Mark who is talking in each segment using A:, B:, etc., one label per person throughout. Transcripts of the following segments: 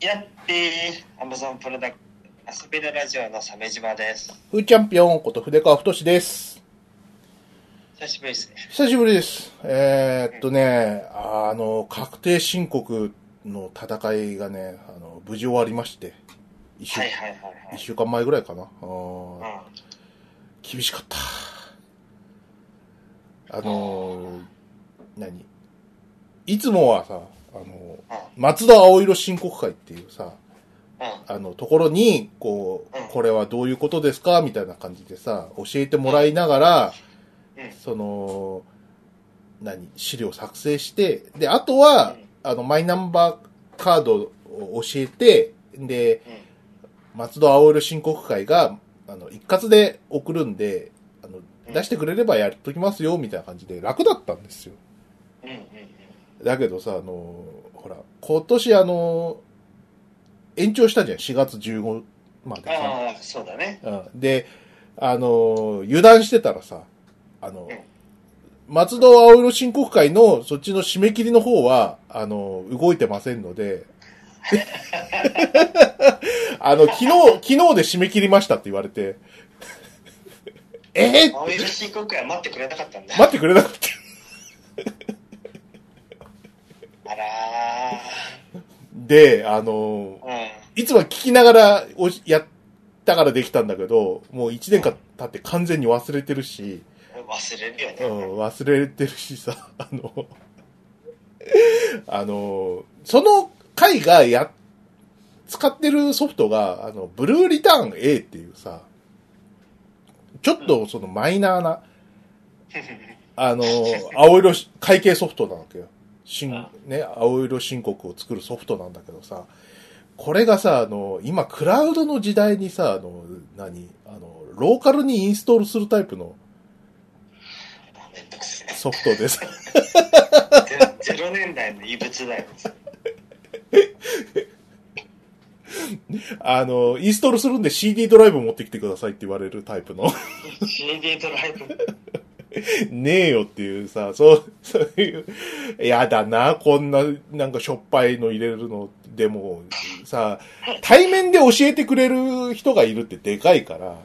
A: やっぺー、アマゾンプロダクト、遊びのラジオの鮫島です。
B: うーチャンピオンこと筆川太志です。
A: 久しぶりですね。
B: 久しぶりです。えーっとね、あの、確定申告の戦いがね、あの、無事終わりまして、一週,、
A: はいはいはい
B: 一週間前ぐらいかな。あ
A: は
B: ー
A: い。
B: 厳しかった。あのー、何いつもはさ、あの、松田青色申告会っていうさ、
A: うん、うん、
B: あの、ところに、こう
A: うん、
B: これはどういうことですかみたいな感じでさ、教えてもらいながら、
A: うん
B: その、何資料作成して、で、あとは
A: うん、
B: あの、マイナンバーカードを教えて、で、松戸青色申告会が、あの、一括で送るんで、あの、
A: うん
B: 出してくれればやっときますよ、みたいな感じで楽だったんですよ。
A: うん、うん、
B: だけどさ、あの、ほら、今年あの、延長したじゃん、4月15まで
A: うん。
B: さ。
A: ああ、そうだね。
B: うんで、あのー油断してたらさ、あの
A: うん、
B: 松戸青色申告会のそっちの締め切りの方は、あのー動いてません ので、あの、昨日、昨日で締め切りましたって言われて、えー、
A: 青色申告会は待ってくれなかったんだ。
B: 待ってくれなかった。
A: あら
B: で、あのー
A: ー。うん。
B: いつも聞きながらおしやったからできたんだけど、もう1年間経って完全に忘れてるし、
A: 忘れるよ
B: う
A: ね。
B: ん、忘れてるしさ、 あの、あの、その回がや、使ってるソフトが、あの、ブルーリターン A っていうさ、ちょっとそのマイナーな、あの、青色し会計ソフトなわけよ。し
A: うん
B: ね、青色申告を作るソフトなんだけどさ、これがさ、あの、今、クラウドの時代にさ、あの、何あの、ローカルにインストールするタイプの
A: めんどくせえ。
B: ソフトでさ、
A: ゼゼロ年代の異物だよ。
B: あの、インストールするんで CD ドライブ持ってきてくださいって言われるタイプの。
A: CD ドライブ。
B: ねえよっていうさ、そう、そういう、やだな、こんな、なんかしょっぱいの入れるの。でも、さ、対面で教えてくれる人がいるってでかいから、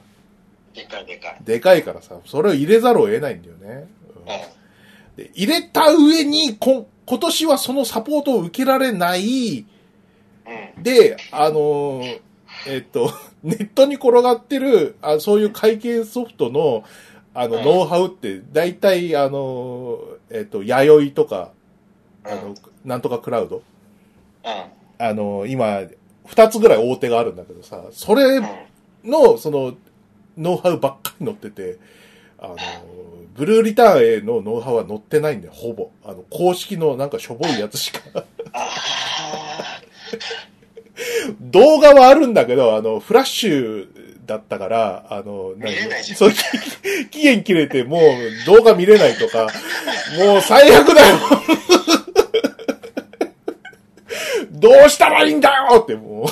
A: でかいでかい。
B: でかいからさ、それを入れざるを得ないんだよね。うん
A: う
B: で入れた上に、こ、今年はそのサポートを受けられない、
A: ん。うん。
B: で、あのーえっと、 ネットに転がってる、あそういう会計ソフトの、あの、
A: うん
B: ノウハウって、大体、あのーえっと、弥生とか、あ
A: うん。う
B: の
A: ん。、
B: なんとかクラウド。あのー今、二つぐらい大手があるんだけどさ、それの、その、ノウハウばっかり載ってて、あのー、ブルーリターンへのノウハウは載ってないんだよ、ほぼ。あの、公式のなんかしょぼいやつしか
A: ああ。
B: 動画はあるんだけど、あの、フラッシュだったから、あの、
A: 見れないじゃん
B: そう、 期期限切れて、もう動画見れないとか、もう最悪 だよどうしたらいいんだよって、も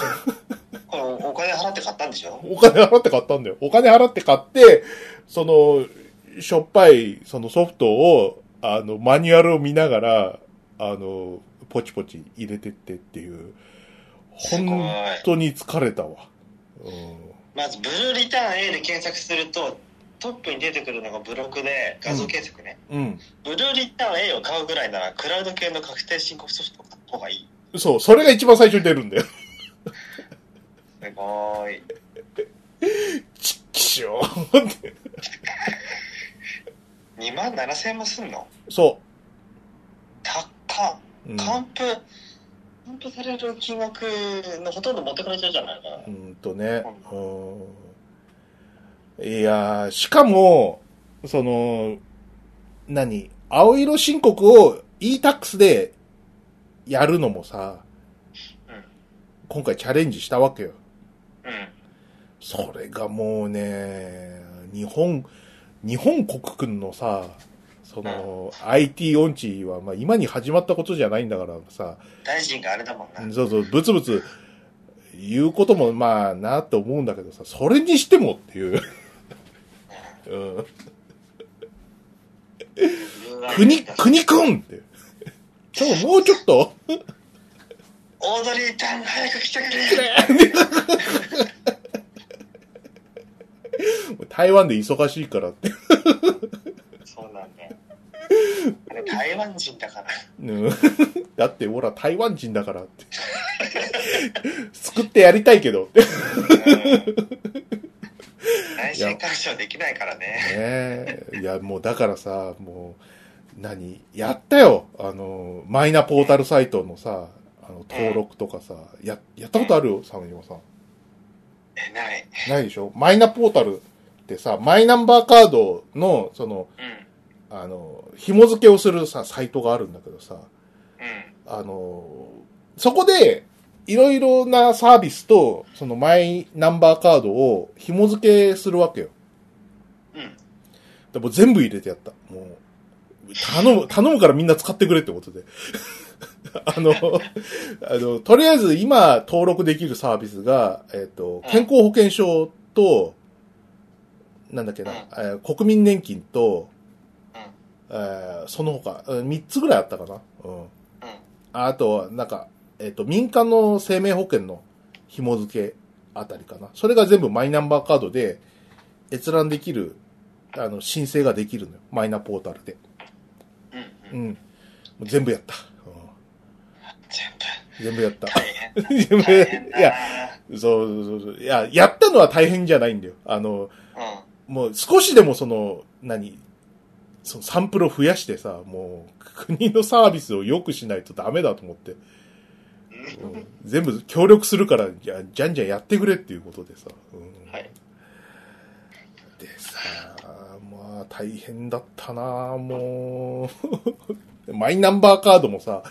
A: これお金払って買ったんでしょ
B: う、お金払って買ったんだよ。お金払って買って、その、しょっぱい、そのソフトを、あの、マニュアルを見ながら、あの、ポチポチ入れてってっていう、
A: すごい
B: 本当に疲れたわ。うん
A: まず、ブルーリターン A で検索すると、トップに出てくるのがブログで画像検索ね。
B: うん。
A: ブルーリターン A を買うぐらいなら、クラウド系の確定申告ソフトを買った方がいい。
B: そう、それが一番最初に出るんだよ。
A: すごい。
B: ちっきしょ
A: 2万7000円もすんの
B: そ
A: 高っ。
B: う。うん
A: 還付、還付される金額のほとんど持ってかれちゃうじゃないかな。
B: うんとね。うんいやー、しかも、その、何青色申告を e-tax でやるのもさ、
A: うん
B: 今回チャレンジしたわけよ。
A: うん。
B: それがもうね、日本、日本国君のさ、その、IT 音痴は、まあ今に始まったことじゃないんだからさ、
A: 大臣があれだもんな。
B: そうそう、ブツブツ言うこともまあなと思うんだけどさ、それにしてもっていう。うん、国、国くんって。そう、もうちょっと、
A: オードリータン早く来てくれ
B: 台湾で忙しいからって。
A: そうなんだよあれ台湾人だから
B: うんだって、ほら、台湾人だからって。救ってやりたいけどって。ね
A: うん内心干渉できないからね
B: えいや、もうだからさ、もう、何やったよ。あの、マイナポータルサイトのさ、あの、登録とかさ、や、やったことあるよ、サムさん。
A: えない
B: ないでしょマイナポータルってさ、マイナンバーカードの、その、
A: うん
B: あの、紐付けをするさ、サイトがあるんだけどさ、
A: うん
B: あの、そこで、いろいろなサービスと、そのマイナンバーカードを紐付けするわけよ。
A: うん
B: でもう全部入れてやった。もう、頼 む、頼むからみんな使ってくれってことで。 あの、あの、とりあえず今登録できるサービスが、えっ、と、健康保険証と、なんだっけな、
A: うん
B: えー国民年金と、
A: うん
B: えーその他、3つぐらいあったかな。うん。
A: うん
B: あと、なんか、えっ、と、民間の生命保険の紐付けあたりかな。それが全部マイナンバーカードで閲覧できる、あの、申請ができるのよ。マイナポータルで。
A: うん
B: う
A: うん
B: ん。もう全部やった。う
A: 全
B: ん、全部やった
A: 部。大変
B: 全部
A: 大変だ
B: いや、そうそうそう。いや、やったのは大変じゃないんだよ。あの、
A: なうん
B: もう少しでもその、何そのサンプルを増やしてさ、もう国のサービスを良くしないとダメだと思って。うん全部協力するから、じゃ、じゃんじゃんやってくれっていうことでさ。うん
A: はい
B: でさ、まあ大変だったなもう。 マイナンバーカードもさ、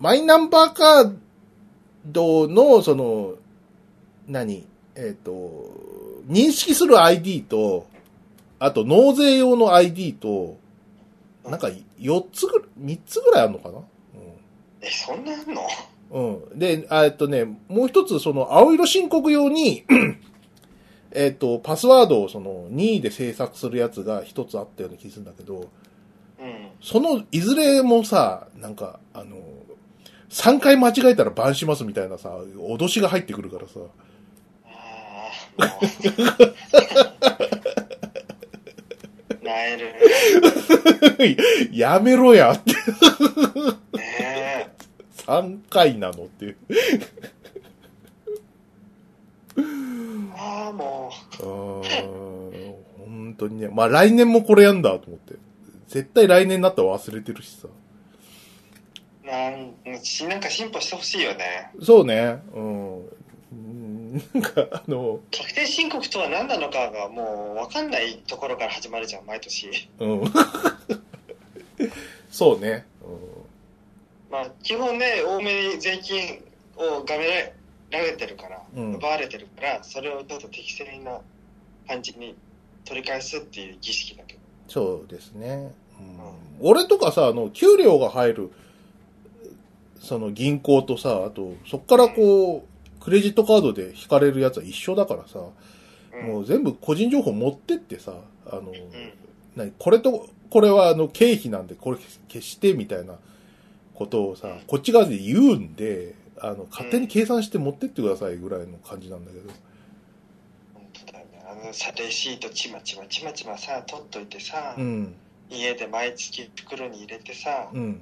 B: マイナンバーカードの、その、何えっ、と、認識する ID と、あと納税用の ID と、なんか4つぐらい、3つぐらいあるのかな、うん
A: えそんなあんの
B: うん。で、あえっとね、もう一つ、その、青色申告用に、 えっと、パスワードをその、任意で制作するやつが一つあったような気するんだけど、
A: うん
B: その、いずれもさ、なんか、あの、3回間違えたらバンしますみたいなさ、脅しが入ってくるからさ、
A: ああもうなえる
B: やめろやって、
A: ね
B: 3回なのっていう。
A: えああも
B: うーん、本当にね。まあ来年もこれやんだと思って。絶対来年になったら忘れてるしさ。
A: うなんしなんか進歩してほしいよね
B: そうね。うんうん。なんか、あの、
A: 確定申告とは何なのかがもう分かんないところから始まるじゃん毎年
B: うん。 そうね。
A: まあ基本ね多めに税金をがめられてるから、
B: うん
A: 奪われてるからそれをちょっと適正な感じに取り返すっていう儀式だけど
B: そうですね。うん
A: うん
B: 俺とかさ、あの、給料が入る、その銀行とさ、あと、そっからこう、クレジットカードで引かれるやつは一緒だからさ、
A: うん
B: もう全部個人情報持ってってさ、あの、
A: うん
B: 何これと、これはあの、経費なんで、これ消して、みたいなことをさ、
A: うん
B: こっち側で言うんで、あの、勝手に計算して持ってってくださいぐらいの感じなんだけど。
A: 本当だよねあのさレシートちまちまちまちまさ取っといてさ、
B: うん、
A: 家で毎月袋に入れてさ、
B: うん、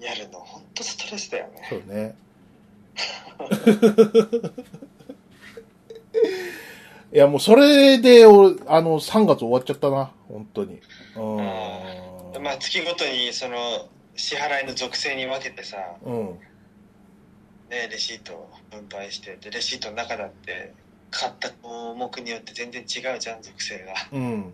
A: やるの本当ストレスだよね
B: そうね。 いや、もうそれで、俺、あの、3月終わっちゃったな、本当に。うん。
A: まあ月ごとにその支払いの属性に分けてさ、
B: うん。
A: ね、レシートを分配してでレシートの中だって買った項目によって全然違うじゃん属性が
B: うん。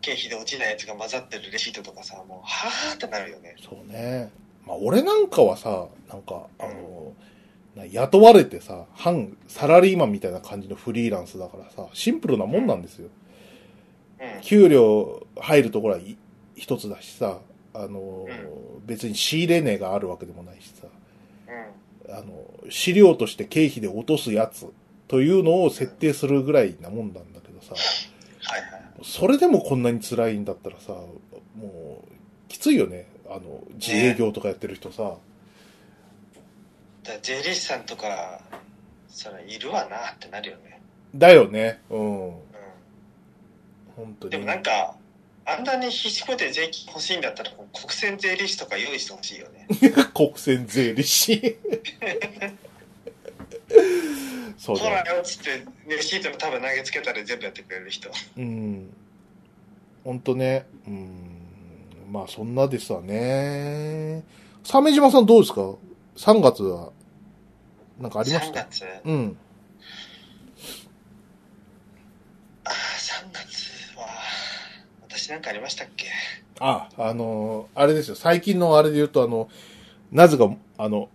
A: 経費で落ちないやつが混ざってるレシートとかさもうはーってなるよね
B: そうね。まあ、俺なんかはさ、なんか、あの、な雇われてさ、反サラリーマンみたいな感じのフリーランスだからさ、シンプルなもんなんですよ。
A: う
B: 給料入るところはい一つだしさ、あの、
A: う
B: 別に仕入れ値があるわけでもないしさ、
A: ん
B: あの、資料として経費で落とすやつというのを設定するぐらいなもんなんだけどさ、
A: はいはい
B: それでもこんなに辛いんだったらさ、もう、きついよね。あの、自営業とかやってる人さ。
A: だから税理士さんとかそれいるわなってなるよね、
B: だよね。うん。
A: う
B: 本当
A: ん、
B: に。
A: でもなん かあんなに必死こいて税金欲しいんだったらこう国選税理士とか用意してほしいよね
B: 国選税理士。そう
A: ほ
B: だ
A: ら
B: よ。
A: よっつってレシートの多分投げつけたら全部やってくれる人
B: うん。本当ね。うん。まあ、そんなですわね。鮫島さんどうですか ?3 月は、なんかありまし
A: 3
B: た
A: 月
B: うん。
A: ああ3月は私なんかありましたっけ
B: あ、あのーあれですよ。最近のあれで言うと、あの、なぜか、あの、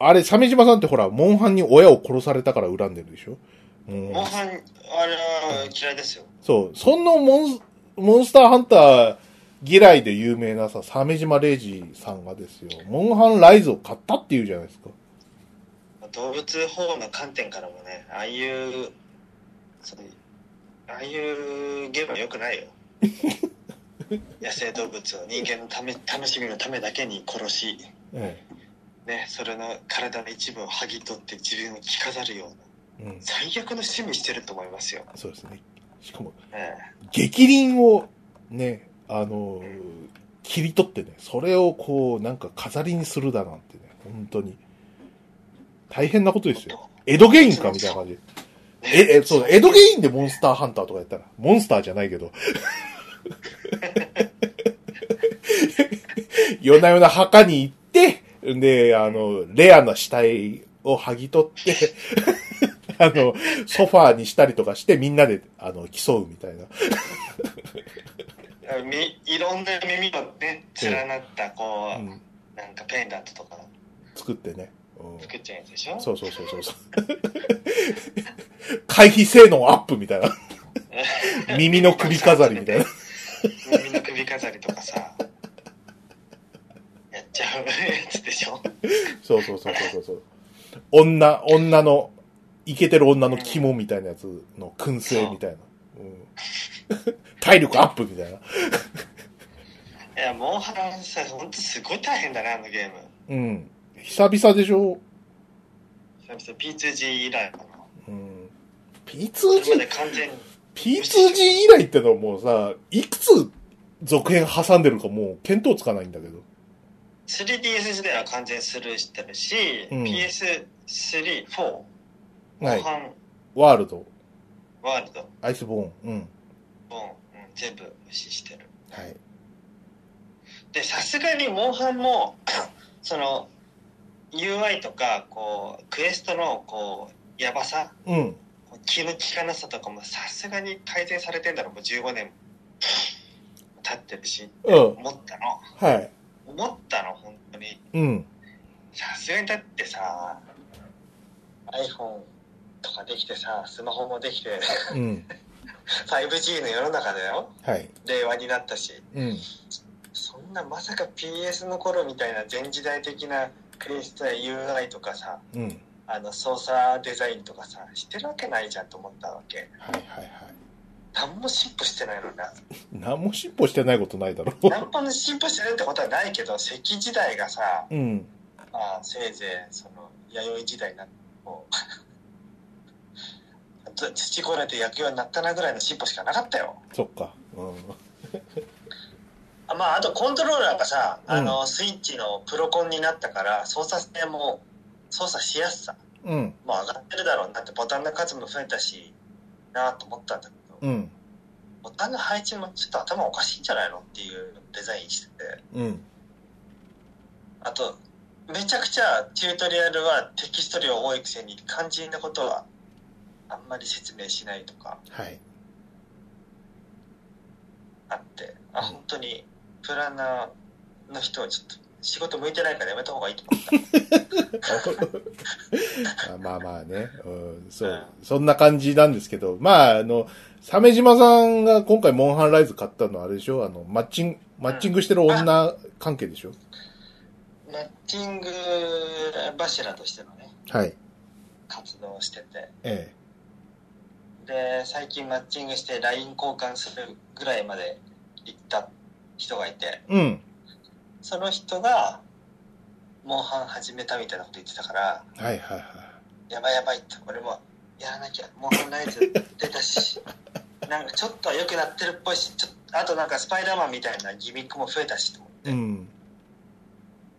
B: あれ、鮫島さんってほら、モンハンに親を殺されたから恨んでるでしょモン
A: モンハンあれは嫌いですよ
B: そう、そんなモンスモンスターハンター嫌いで有名なさ、鮫島礼二さんがですよ、モンハンライズを買ったっていうじゃないですか。
A: 動物保護の観点からもねああいうそうああいうゲームは良く ないよ野生動物を人間のため楽しみのためだけに殺し、
B: え
A: ね、それの体の一部を剥ぎ取って自分を着飾るような
B: え。うん。
A: 最悪の趣味してると思いますよ、
B: そうですね。しかも、
A: え
B: 激鱗をね、あのー切り取ってね、それをこう、なんか飾りにするだなんてね、本当に。大変なことですよ。江戸ゲインかみたいな感じ。
A: え
B: え、え、そう、江戸
A: ゲ
B: ゲインでモンスターハンターとかやったら、モンスターじゃないけど。 夜な夜な墓に行って、んで、あの、レアな死体を剥ぎ取って、 あの、ソファーにしたりとかして、みんなで、あの、競うみたいな。
A: みいろんな耳のね連なったこう、
B: うん
A: なんかペンダントとか
B: 作ってね。うん
A: 作っちゃうやつでしょ
B: そうそうそうそう そう。回避性能アップみた いな。耳の首飾りみたいな。
A: 耳の首飾りとかさ やっちゃうやつでしょ
B: そうそうそうそうそう。女、女の、イケてる女の肝みたいなやつの燻製みたいな。うん、体力アップみたい
A: い
B: な。
A: やモンハンさほんとすごい大変だなあのゲーム
B: うん。久々でしょ、
A: 久々 P2G 以来かな
B: うん、
A: それまで
B: ?P2G、
A: 完全に
B: P2G 以来ってのはもうさ、いくつ続編挟んでるかもう見当つかないんだけど。
A: 3DS 時代は完全スルーしてるし、
B: うん
A: PS34 モ
B: は
A: ン
B: い。
A: ハン
B: ワールド、
A: ワールド
B: アイスボーン。うん。
A: ボン、うん、全部無視してる
B: はい。
A: でさすがにモンハンも その UI とかこうクエストのこうやばさ
B: うん。
A: 気の利かなさとかもさすがに改善されてんだろうもう15年も経ってるし
B: うん。
A: 思ったの
B: はい。
A: 思ったの本当に
B: うん。
A: さすがにだってさ iPhone とかできてさスマホもできて
B: うん。
A: 5G の世の中だよ
B: はい。
A: 令和になったし
B: うん。
A: そんなまさか PS の頃みたいな前時代的なクエストや UI とかさ
B: うん。
A: あの操作デザインとかさしてるわけないじゃんと思ったわけ
B: はいはいはい。
A: 何も進歩してないのにな
B: 何も進歩してないことないだろう。
A: 何も進歩してないってことはないけど石器時代がさ、
B: うん。
A: まあ、せいぜいその弥生時代になってこう 土土こねて焼くようになったなぐらいの進歩しかなかったよ
B: そっか。うん。
A: あまああとコントローラーがさあの、スイッチのプロコンになったから操作性も操作しやすさ
B: うん。
A: もう上がってるだろうなってボタンの数も増えたしなあと思ったんだけど、
B: うん。
A: ボタンの配置もちょっと頭おかしいんじゃないのっていうデザインしてて
B: うん。
A: あとめちゃくちゃチュートリアルはテキスト量多いくせに肝心なことはあんまり説明しないとか
B: はい。
A: あってあ本当にプランナーの人はちょっと仕事向いてないからやめた方がいいと思った
B: あまあまあね、うん。そう。そんな感じなんですけど、まあ、あの、鮫島さんが今回モンハンライズ買ったのはあれでしょあの、マッチング、マッチングしてる女関係でしょ
A: マッチング柱としてのね
B: はい。
A: 活動をしてて
B: え
A: で最近マッチングして LINE 交換するぐらいまで行った人がいて
B: え。うん。
A: その人がモンハン始めたみたいなこと言ってたから、
B: はいはいはい。
A: やばいやばいって、俺もやらなきゃ、モンハンライズ出た し、なんかちょっとは良くなってるっぽいし、ちょっとあとなんかスパイダーマンみたいなギミックも増えたしと思って
B: うん。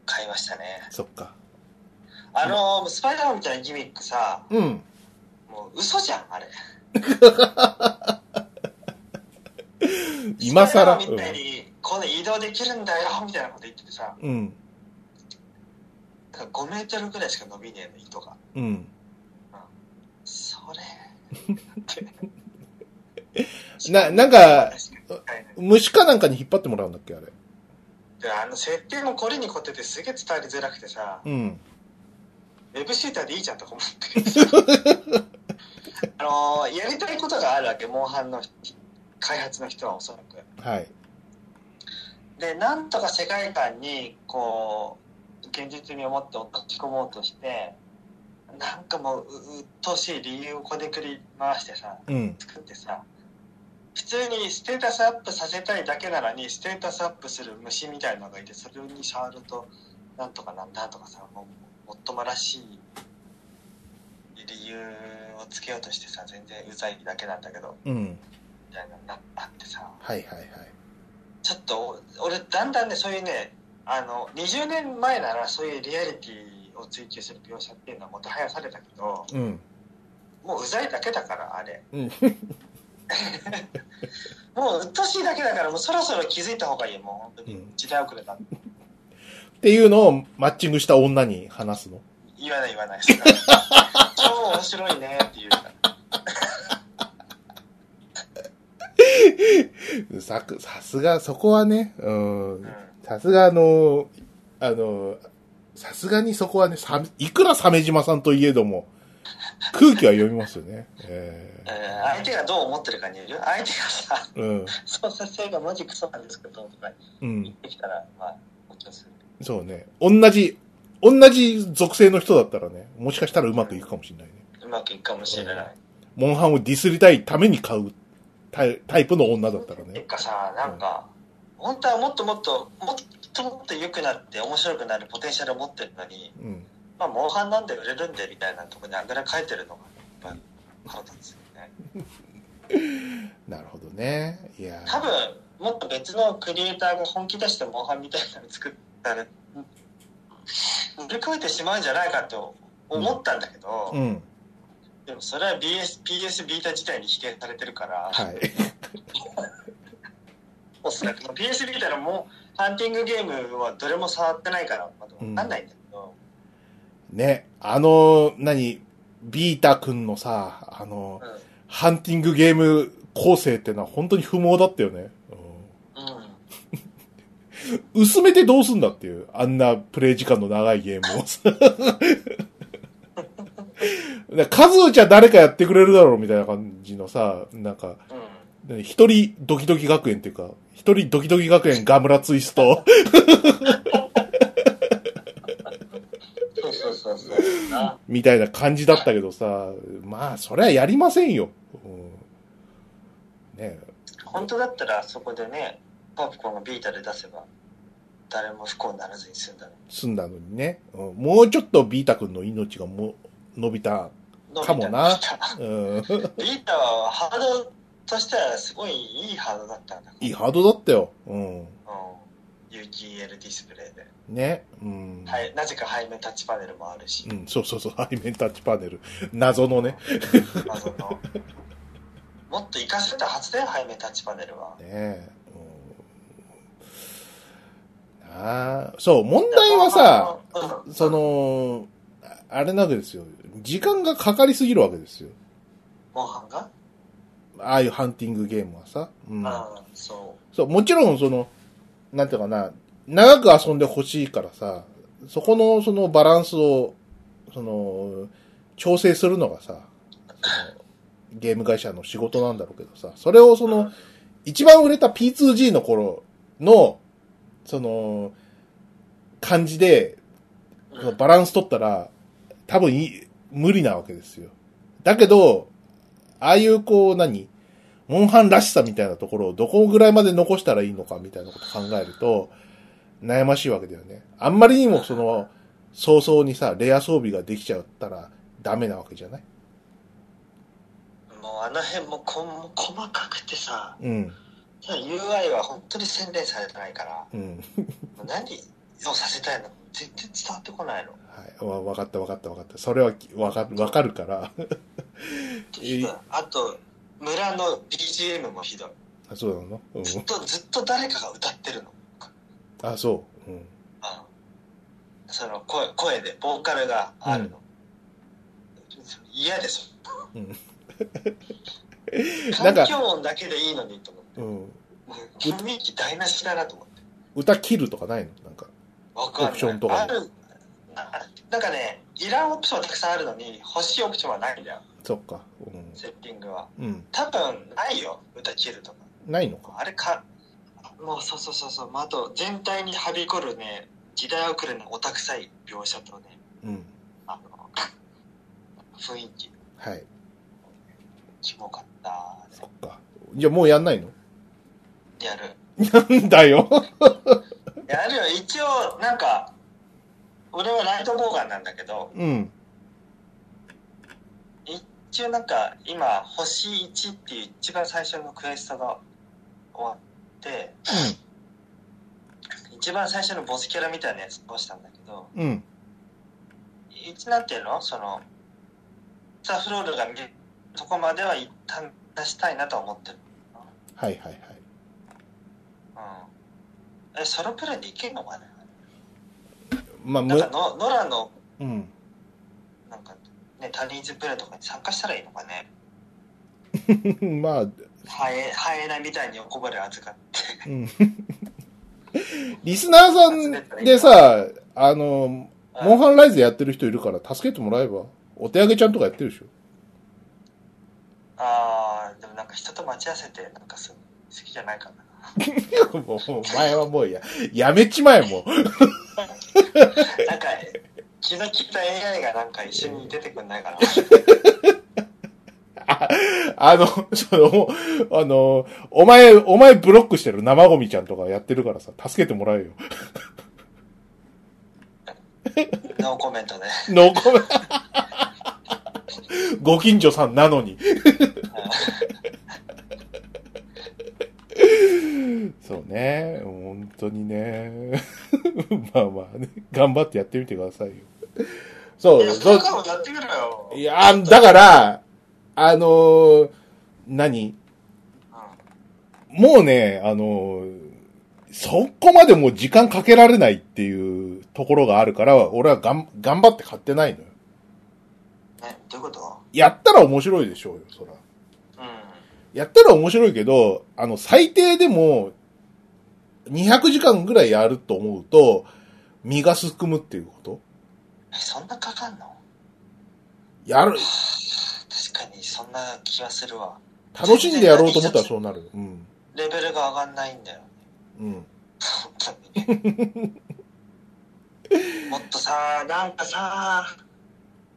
A: 買いましたね。
B: そっか。
A: あのー、スパイダーマンみたいなギミックさ、
B: うん。
A: もう嘘じゃん、あれ。
B: 今更
A: スパイダーマンみたいに、この移動できるんだよ、みたいなこと言っててさ、
B: うん。
A: なんか5メートルぐらいしか伸びねえの、糸が。
B: うん。
A: それ。
B: なな んか
A: はい
B: 虫かなんかに引っ張ってもらうんだっけあれ。
A: であの設定もこれにこっててすげえ伝わりづらくてさ、
B: うん。
A: ウェブシーターでいいじゃんとか思ってあのーやりたいことがあるわけ、モンハンの開発の人はおそらく。
B: はい。
A: で、なんとか世界観に、こう、現実味を持って落とし込もうとして、なんかもう、ううっとうしい理由をこねくり回してさ、
B: うん。
A: 作ってさ普通にステータスアップさせたいだけなのにステータスアップする虫みたいなのがいてそれに触るとなんとかなんだとかさもうもっともらしい理由をつけようとしてさ全然うざいだけなんだけど
B: うん。
A: みたいなのになあってさ
B: はいはいはい。
A: ちょっとお俺だんだんねそういうねあの20年前ならそういうリアリティを追求する描写っていうのはもてはやされたけど
B: うん。
A: もううざいだけだからあれ
B: うん。
A: もう鬱陶しいだけだからもうそろそろ気づいた方がいいよもう本当に時代遅れだ
B: っていうのをマッチングした女に話すの。
A: 言わない言わないそれ は超面白いねっていうから
B: さく、さすが、そこはね、うん
A: うん。
B: さすがあの、あの、さすがにそこはね、さいくら鮫島さんといえども、空気は読みますよね。え
A: えー相手がどう思ってるかによるよ相手がさ
B: えうん。
A: 操作性がマジクソなんですけどとか
B: うん
A: 言っ。てきたらまあこっちをする
B: そうね。同じ、同じ属性の人だったらね、もしかしたらうまくいくかもしれないね。
A: うまくいくかもしれない、
B: モンハンをディスりたいために買うタイタイプの女だったら
A: て
B: ね。
A: かさなんか、本当はもっともっともっともっと良くなって面白くなるポテンシャルを持ってるのに
B: うん。
A: まあモンハンなんで売れるんでみたいなところにあぐらかいてるのがやっぱ腹立つよね
B: なるほどね。いやー
A: 多分もっと別のクリエイターが本気出してモンハンみたいなの作ったら乗り越えてしまうんじゃないかと思ったんだけど、
B: うん。
A: でもそれは BS PS ビータ自体に否定されてるから、
B: はい。
A: おそらく PS ビータのもうハンティングゲームはどれも触ってないからまだ分かんないんだけど、
B: ね、あの、何、ビータ君のさ、あの
A: う、ん
B: ハンティングゲーム構成ってのは本当に不毛だったよね。
A: うん
B: うん、薄めてどうすんだっていう、あんなプレイ時間の長いゲームを さ。だから数打ちは誰かやってくれるだろうみたいな感じのさ、なんか、
A: うん
B: 何一人ドキドキ学園っていうか、一人ドキドキ学園ガムラツイスト。
A: そうそうそう そうな
B: みたいな感じだったけどさ、まあ、そりゃやりませんよ。うん、ね
A: 本当だったらそこでねパプコンがビータで出せば誰も不幸にならずに済んだの
B: 済んだのにね、うんもうちょっとビータ君の命がもう伸びた。
A: の
B: かもな
A: みたい
B: う
A: ビ
B: ん、
A: ータはハードとしてはすごいいいハードだったんだ
B: いいハードだったよ。うん、
A: うん、UKL ディスプレイで、
B: ね、うん
A: はい、なぜか背面タッチパネルもあるし
B: う、ん。そうそうそう、背面タッチパネル。謎のね。
A: 謎の もっと活かせたはずだよ背面タッチパネルは
B: ねえ、うん、ああ、そう、問題はさ、
A: あうん
B: その、ああれなわけですよ。時間がかかりすぎるわけですよ。
A: モンハンが、
B: ああいうハンティングゲームはさ。うん。
A: ああそ
B: そう、もちろんその、なんていうかな、長く遊んでほしいからさ、そこのそのバランスを、その、調整するのがさ、そのゲーム会社の仕事なんだろうけどさ、それを
A: う
B: その、一番売れた P2G の頃の、その、感じで、
A: うん
B: バランス取ったら、多分い無理なわけですよ。だけど、ああいうこう何、モンハンらしさみたいなところをどこぐらいまで残したらいいのかみたいなこと考えると、悩ましいわけだよね。あんまりにもその、早々にさ、レア装備ができちゃったらダメなわけじゃない
A: もうあの辺もこん細かくてさ
B: うん。
A: UI は本当に洗練されてないから
B: うん。
A: 何をさせたいの全然伝わってこないの
B: はい。わ、わかったわかったわかった。それはきわか、わかるから。え
A: あと村の BGM もひどい
B: あ、そうなのうん。
A: ずっとずっと誰かが歌ってるの
B: あ、そう。うん。
A: あのその声声でボーカルがあるの、嫌です、
B: うん な
A: 環
B: んか
A: 境音だけでいいのにと思って
B: うん。
A: 雰囲気台無しだなと思って
B: 歌切るとかないのなんか。
A: わかんない
B: オプションとか
A: あるななんかねいらんオプションはたくさんあるのに欲しいオプションはないんだよ
B: そっか。
A: セッティングは
B: うん。うん。
A: 多分ないよ歌切るとか
B: ないのか。
A: あれかもうそうそうそうそう、まあ、あと全体にはびこるね時代遅れのオタクさい描写とね
B: うん。
A: あの雰囲気
B: はい。
A: キモかった
B: そっか。いや、もうやんないの
A: やる
B: なんだよ。
A: やるよ一応なんか俺はライトボーガンなんだけど
B: うん。
A: 一応なんか今星1っていう一番最初のクエストが終わって一番最初のボスキャラみたいなやつをしたんだけど
B: うん。うん。
A: いつなんていうのそのザ・フロールが見るとこまでは一旦出したいなとは思ってる、
B: はいはいはい。
A: うん、えソロプレイでいけんのかね
B: まあ、
A: な
B: む
A: んか、のノラの
B: うん。
A: なんかねタニーズプレイとかに参加したらいいのかね
B: まあ、
A: ハエハエナみたいに横ばれ扱って
B: うん。リスナーさんでさ、あの、モンハンライズやってる人いるから助けてもらえば。お手上げちゃんとかやってるでしょ。
A: あーでもなんか人と待ち合わせてなんかするの好きじゃない かな
B: もう、お前はもうや、やめちまえ、もう。
A: なんか気の利いた AI がなんか一緒に出てくんない かな
B: ああの、その、あの、お前、お前ブロックしてる生ゴミちゃんとかやってるからさ、助けてもらえよ。
A: ノーコメントで
B: ノーコメント。ご近所さんなのに。そうね。本当にね。 まあまあね。頑張ってやってみてくださいよ。そ、
A: いうや
B: そ
A: そうう。かもやってみろよ
B: いやー、だから、あのー何もうね、あのーそこまでもう時間かけられないっていうところがあるから、俺はがん頑張って買ってないのよ。
A: うんねどういうこと
B: やったら面白いでしょうよ、そら。
A: うん
B: やったら面白いけど、あの、最低でも、200時間ぐらいやると思うと、身がすくむっていうこと
A: えそんなかかんの
B: やる、
A: 確かにそんな気がするわ
B: 楽しんでやろうと思ったらそうなる。うん。
A: レベルが上がんないんだよ
B: う
A: 本
B: ん。
A: 当に もっとさなんかさ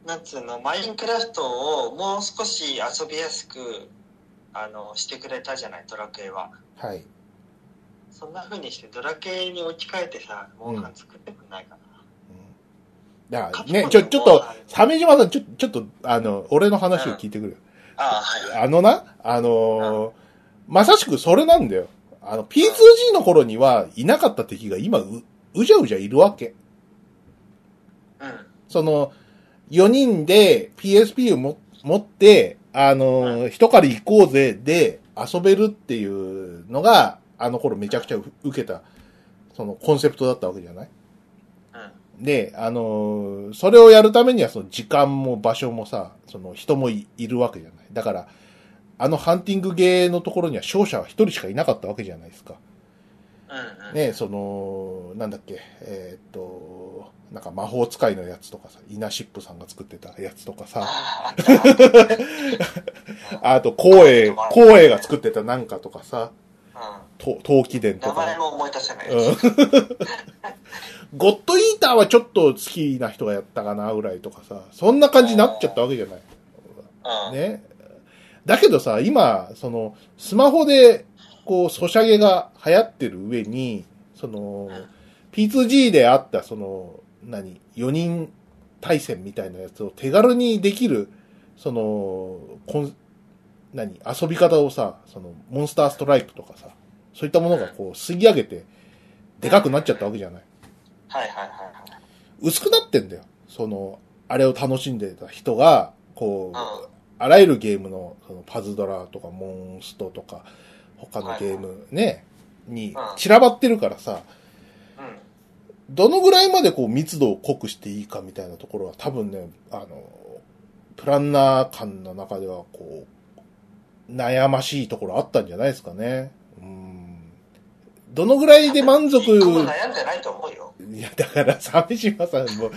A: なんつうのマインクラフトをもう少し遊びやすくあのしてくれたじゃないドラクエは
B: はい。
A: そんな風にしてドラクエに置き換えてさモンハン作ってくんないかな、
B: うんだからね、ちょ、ちょっと、鮫島さん、ちょ、ちょっと、あの、俺の話を聞いてくれよ。
A: ああはいはい
B: あのな、あのーまさしくそれなんだよ。あの、P2G の頃にはいなかった敵が今う、うじゃうじゃいるわけ。
A: うん
B: その、4人で PSP をも持って、あのー一狩り行こうぜで遊べるっていうのが、あの頃めちゃくちゃ受けた、そのコンセプトだったわけじゃない
A: うん
B: で、あのーそれをやるためには、その時間も場所もさ、その人もいいるわけじゃない。だから、あのハンティングゲーのところには勝者は一人しかいなかったわけじゃないですか。
A: うんうん
B: ね、その、なんだっけ、えーっと、なんか魔法使いのやつとかさ、イナシップさんが作ってたやつとかさ、
A: あああった あった
B: あと、光栄、光栄が作ってたなんかとかさ、と陶器
A: う
B: 伝
A: ん
B: と
A: 名前
B: か。
A: も思い出せない、
B: うんゴッドイーターはちょっと好きな人がやったかなぐらいとかさ、そんな感じになっちゃったわけじゃない。
A: うん
B: ね。だけどさ、今、その、スマホで、こう、ソシャゲが流行ってる上に、その
A: うん、
B: P2G であった、その、何、4人対戦みたいなやつを手軽にできる、その、コン、何、遊び方をさ、その、モンスターストライクとかさ、そういったものがこう、吸い上げて、でかくなっちゃったわけじゃない。
A: はいはいはい
B: 薄くなってんだよ。その、あれを楽しんでた人が、こう、
A: はい。
B: あらゆるゲームの、そのパズドラとかモンストとか、他のゲームね、に散らばってるからさ、
A: うん。うん。
B: どのぐらいまでこう密度を濃くしていいかみたいなところは多分ね、あの、プランナー間の中ではこう、悩ましいところあったんじゃないですかね。うん。どのぐらいで満足、
A: 一個も悩んでないと思うよ。
B: いや、だから、鮫島さんも、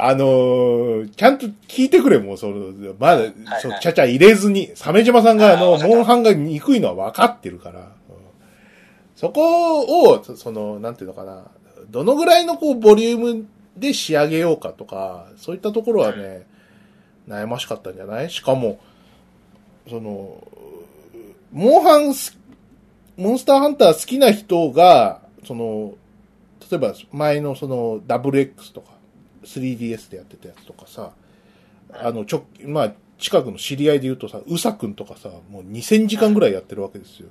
B: あのーちゃんと聞いてくれ、もう、その、まだ、そう
A: はい
B: ちゃちゃ入れずに、鮫島さんが、あ
A: あー
B: の、
A: わかった
B: モンハンが憎いのは分かってるから、うんそこを、そその、なんていうのかな、どのぐらいの、こう、ボリュームで仕上げようかとか、そういったところはね、悩ましかったんじゃないしかも、その、モンハンす、モンスターハンター好きな人が、その、例えば前のその WX とか 3DS でやってたやつとかさ、あの、ちょ、まあ、近くの知り合いで言うとさ、うさくんとかさ、もう2000時間ぐらいやってるわけですよ。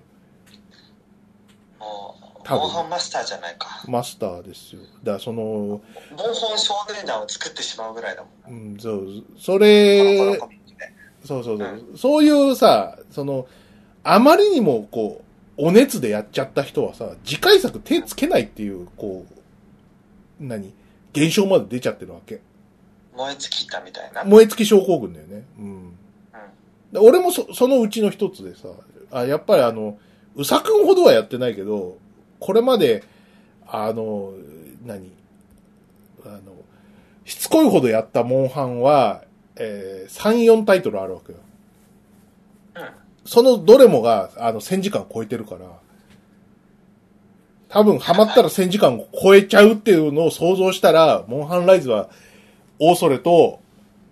A: もう、
B: 多分
A: モンハンマスターじゃないか。
B: マスターですよ。だからその、
A: モンハン少年団を作ってしまうぐらいだもん。
B: うん、そう、そ
A: コロ
B: れ
A: コロ、コミックで
B: そうそうそうう、そういうさ、その、あまりにもこう、お熱でやっちゃった人はさ、次回作手つけないっていう、こう、何現象まで出ちゃってるわけ。
A: 燃え尽きたみたいな。うん。
B: 燃え尽き症候群だよね。うん。で俺もそ、そのうちの一つでさ、あ、やっぱりあの、うさくんほどはやってないけど、これまで、あの、何あの、しつこいほどやったモンハンは、えー、3、4タイトルあるわけよ。
A: うん
B: そのどれもが、あの、1000時間超えてるから、多分ハマったら1000時間を超えちゃうっていうのを想像したら、モンハンライズは、大それと、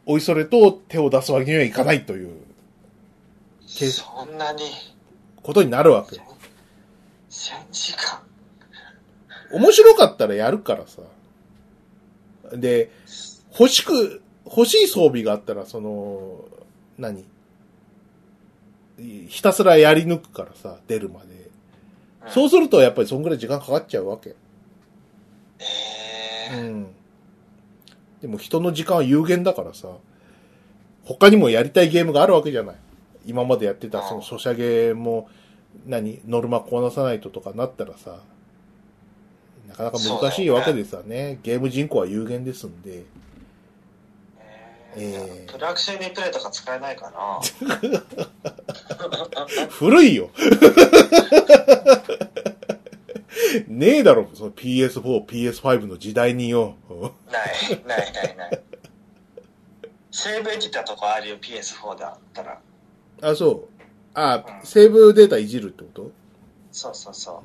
B: おいそれと手を出すわけにはいかないというけ
A: そんなに、
B: ことになるわけ。
A: 1000時間。
B: 面白かったらやるからさ。で、欲しく、欲しい装備があったら、その、何いひたすらやり抜くからさ、出るま
A: う
B: で。
A: ん
B: そうすると、やっぱりそんぐらい時間かかっちゃうわけ。
A: え
B: う
A: ー
B: ん。でも人の時間は有限だからさ、他にもやりたいゲームがあるわけじゃない。今までやってた、その、ソシャゲも、何ノルマこなさないととかなったらさ、なかなか難しいわけですわね。ゲーム人口は有限ですんで。え
A: え
B: ー
A: ー、プラクシュニプレイとか使えないかな
B: 古いよ ねえだろ、その PS4、PS5 の時代によ。
A: ないないないないセーブエディターとかあるよ PS4 だったら
B: あ、そう。あ、セーブデータいじるってこと
A: そうそうそう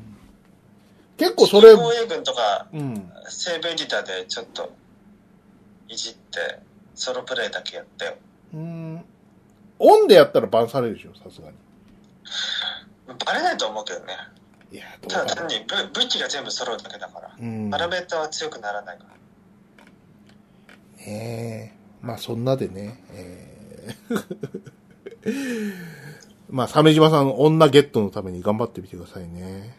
B: 結構それ、
A: 防衛軍とか
B: うん。
A: セーブエディターでちょっといじってソロプレイだけやったよ
B: うん。オンでやったらバンされるでしょ、さすがに。
A: バレないと思うけどね
B: いや、どう
A: ただ
B: か
A: 単
B: な。
A: に武武器が全部揃うだけだから
B: うん。
A: パラメーターは強くならないから
B: ええまあそんなでね、ええ まあ、鮫島さん、女ゲットのために頑張ってみてくださいね。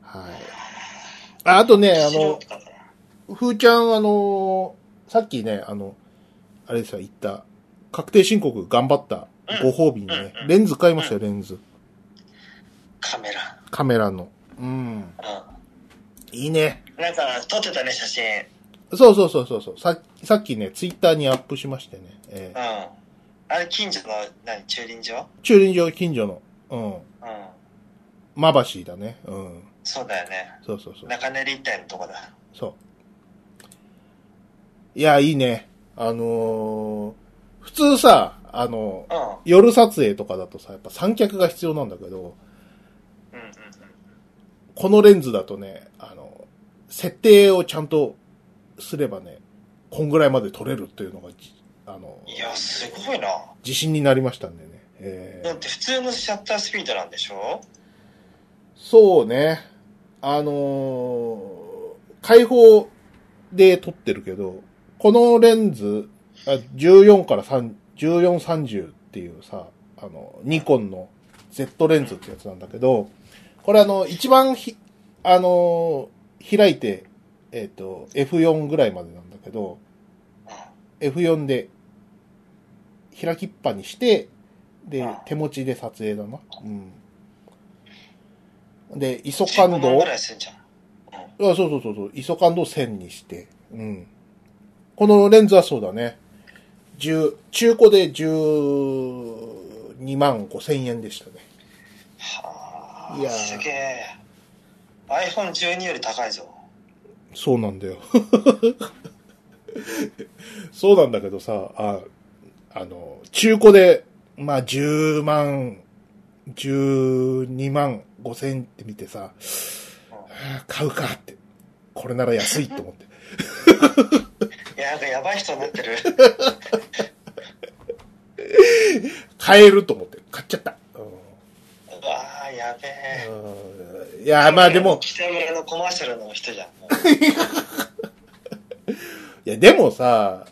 B: はい。ああとね、あ
A: 素
B: の
A: 人、だから
B: ふーちゃん、あのーさっきね、あの、あれさ、言った、確定申告頑張ったご褒美にね
A: うんう、ん
B: レンズ買いましたよ、レンズ。
A: カメラ
B: カメラの。うん。
A: う
B: いいね。
A: んなんか撮ってたね写真
B: そうそうそうそうそう。ささっきね、ツイッターにアップしましてね。え
A: うんあれ近所の何駐輪場
B: ー駐輪場近所の、うん。
A: うん
B: まばしだね。うん。
A: そうだよね
B: そうそうそう。
A: 中根立体のとこだ
B: そう。いや、いいね。あのー普通さ、あの
A: うん
B: 夜撮影とかだとさ、やっぱ三脚が必要なんだけど、
A: うんうん
B: このレンズだとね、あの、設定をちゃんとすればね、こんぐらいまで撮れるっていうのがじ、あの
A: うん、いやすごいな
B: 自信になりましたんでね。えー
A: だって普通のシャッタースピードなんでしょ
B: そうね。あのー開放で撮ってるけど、このレンズ、あ14から3、1430っていうさ、あの、ニコンの Z レンズってやつなんだけど、これあの、一番ひ、あのー、開いて、えっ、と、F4 ぐらいまでなんだけど、F4 で、開きっぱにして、で
A: あ、
B: 手持ちで撮影だな。うん。で、ISO
A: 15
B: 感
A: 万
B: 度を
A: ぐらいすんじゃん。
B: あそうそうそうそう、ISO 感度を1000にして。うん。このレンズはそうだね。10中古で12万5千円でしたね。
A: はあ
B: いやー
A: すげえ iPhone12 より高いぞ
B: そうなんだよ。 そうなんだけどさ、あ、あの、中古で、まあ、10万、12万5千って見てさ、あ買うかって。これなら安いと思って。
A: いやなんかやばい人になって る
B: 買えると思って。買っちゃった。うん
A: うわあやべえ
B: うんいや、まあでも、
A: 北村のコマーシャルの人じゃんも
B: いや、でもさ、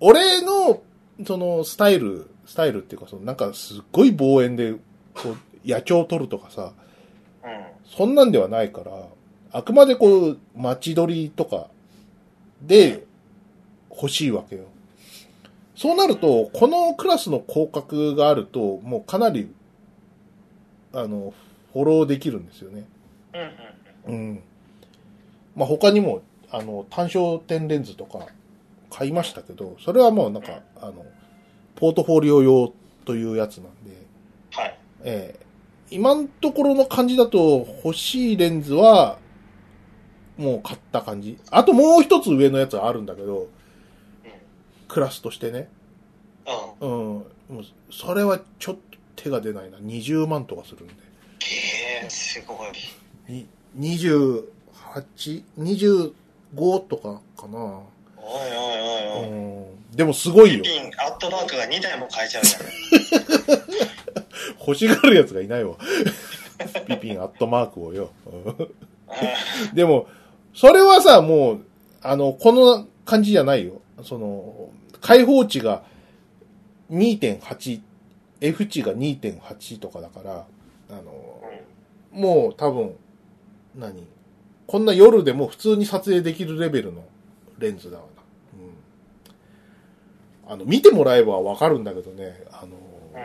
B: 俺の、その、スタイル、スタイルっていうか、その、なんか、すっごい望遠で、こう、野鳥を撮るとかさ、
A: ううん
B: そんなんではないから、あくまでこう、街撮りとか、で、欲しいわけよ。そうなると、このクラスの広角があると、もうかなり、あの、フォローできるんですよね。
A: うんうん
B: うん。まあ、他にも、あの、単焦点レンズとか買いましたけど、それはもうなんか、あの、ポートフォリオ用というやつなんで、
A: はい
B: ええ今のところの感じだと欲しいレンズは、もう買った感じ。あともう一つ上のやつはあるんだけど、クラスとしてね。
A: うんうん
B: うん。もうそれはちょっと手が出ないな。20万とかするんで。
A: ええすごい
B: に28、25とかか
A: おい
B: な。
A: おいおいおい、
B: うんでもすごいよ。
A: ピンアットマークが2台も買えちゃうじゃん
B: 欲しがるやつがいないわ。ピピンアットマークをよ。うんでも、それはさ、もう、あの、この感じじゃないよ。その、開放値が2.8、F 値が2.8とかだから、あの、もう多分、何こんな夜でも普通に撮影できるレベルのレンズだわな。うん。あの、見てもらえばわかるんだけどね、あの、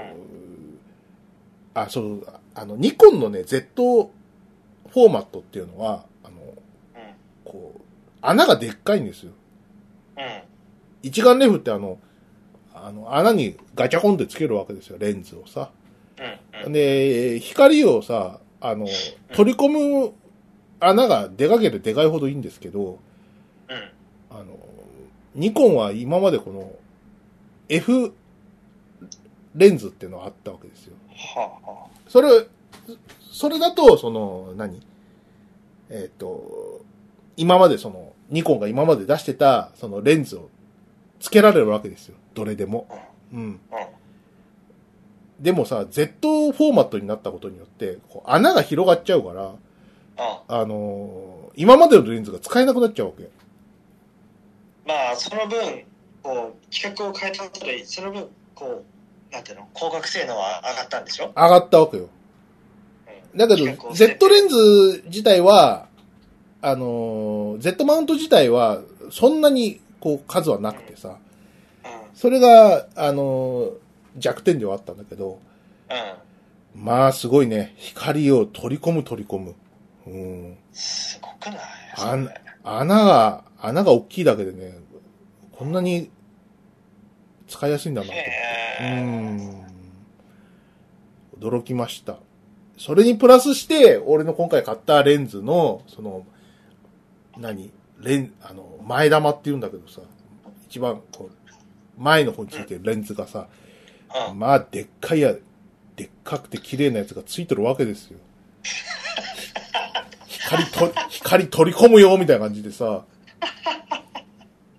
B: あ、そう、あの、ニコンのね、Z フォーマットっていうのは、あの、
A: う
B: こう、穴がでっかいんですよ。
A: んうん
B: 一眼レフってあの、あの、穴にガチャコンってつけるわけですよ、レンズをさ。
A: うんうん
B: で、光をさ、あの、取り込む穴がでかければでかいほどいいんですけど、
A: うん
B: あの、ニコンは今までこの F レンズっていうのがあったわけですよ。
A: はあは
B: それ、それだと、その、何えっ、と、今までその、ニコンが今まで出してた、そのレンズをつけられるわけですよ。どれでも。うん。
A: あ
B: でもさ、Z フォーマットになったことによって、こう穴が広がっちゃうから、
A: うんうん
B: あのー今までのレンズが使えなくなっちゃうわけ。
A: まあその分こう企画を変えたことでその分こうなんていうの高額性能は上がったんでしょ、
B: 上がったわけよ。
A: う
B: だけ
A: 企画
B: ど、
A: をして
B: Z レンズ自体は、あのー Z マウント自体は、そんなに、こう、数はなくてさ、
A: んうん
B: それが、あのー弱点ではあったんだけど、まあ、すごいね。光を取り込む、取り込む。うん。
A: すごくない
B: あん穴が、穴が大きいだけでね、こんなに使いやすいんだなと思って。う
A: へ
B: ー
A: え
B: ん。驚きました。それにプラスして、俺の今回買ったレンズの、その、何レン、あの、前玉って言うんだけどさ、一番、こう、前の方についてるレンズがさ、
A: うん
B: まあ、でっかいや、でっかくて綺麗なやつがついてるわけで すよ。光と、光取り込むよ、みたいな感じでさ、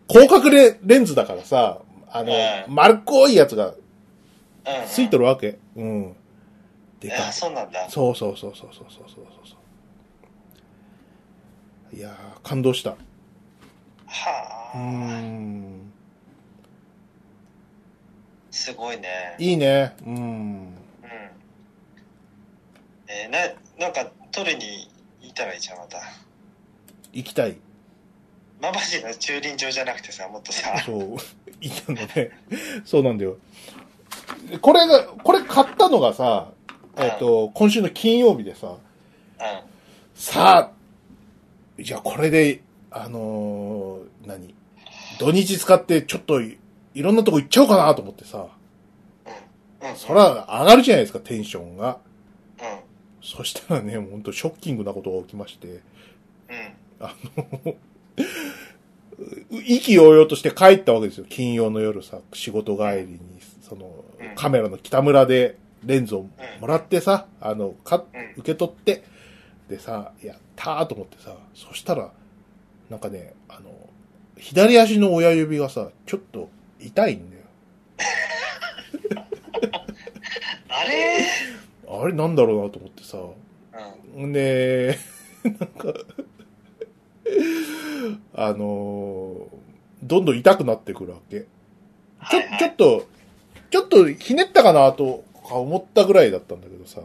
B: 広角レレンズだからさ、あの、
A: うん
B: 丸っこいやつが
A: うん
B: ついてるわけ。うん。で
A: いや
B: か
A: そうなんだ
B: そうそうそうそうそうそうそうそう。いやー、感動した。
A: は
B: うー
A: あ、
B: ん。
A: すごいね。
B: いいね。うん。
A: うん。えーな、なんか、取りに行ったらいいじゃん、また。
B: 行きたい。
A: まばしの駐輪場じゃなくてさ、もっとさ、
B: そう、 いたのね。 そうなんだよ。これが、これ買ったのがさ、えっ、と、今週の金曜日でさ、
A: う
B: さあ、じゃあこれで、あのー何土日使ってちょっといいろんなとこ行っちゃおうかなと思ってさ、
A: ん。うん。
B: そら上がるじゃないですか、テンションが。
A: う
B: そしたらね、ほんとショッキングなことが起きまして、
A: ん。うん。
B: う意気揚々として帰ったわけですよ。金曜の夜さ、仕事帰りに、その
A: うん、
B: カメラの北村でレンズをもらってさ、あの、か
A: うん、
B: 受け取って、でさ、やったーと思ってさ、そしたら、なんかね、あの、左足の親指がさ、ちょっと痛いんだよ。
A: あれ
B: あれなんだろうなと思ってさ、
A: うん。
B: んで、なんか、あのーどんどん痛くなってくるわけ。ちょ
A: はいはい、
B: ちょっと、ちょっとひねったかなとか思ったぐらいだったんだけどさ、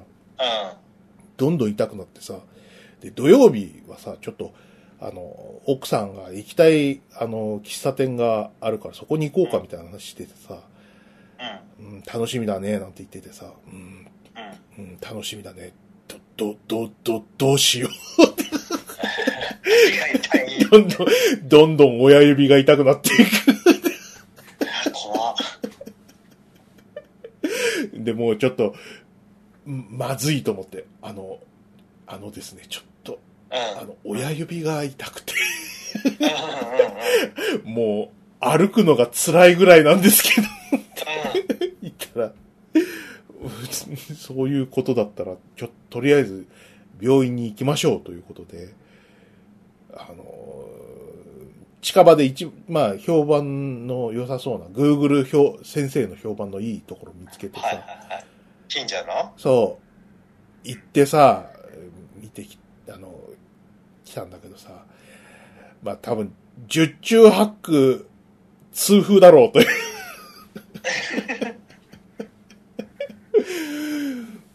B: どんどん痛くなってさ、で、土曜日はさ、ちょっと、あの、奥さんが行きたい、あの、喫茶店があるからそこに行こうかみたいな話しててさ、
A: う
B: うん、楽しみだね、なんて言っててさ、う
A: ん。
B: ん、
A: うん。うん。
B: うん、楽しみだね。ど、ど、ど、ど、どうしよ。。
A: 足が痛いう
B: どんどん、どんどん親指が痛くなっていく。
A: あ怖っ。
B: で、もうちょっと、んまずいと思って、あの、あのですね、ちょっと、
A: うん。
B: あの、親指が痛くて、
A: うんうんうんうん。
B: もう、歩くのが辛いぐらいなんですけど、言ったら、うんそういうことだったら、ちょっと、とりあえず、病院に行きましょうということで、あのー、近場で一、まあ、評判の良さそうな、Google 評先生の評判のいいところ見つけてさ、
A: はいはいはい。近所の
B: そう、行ってさ、見てき、あの、来たんだけどさ、まあ多分、十中八九、痛風だろうと いう。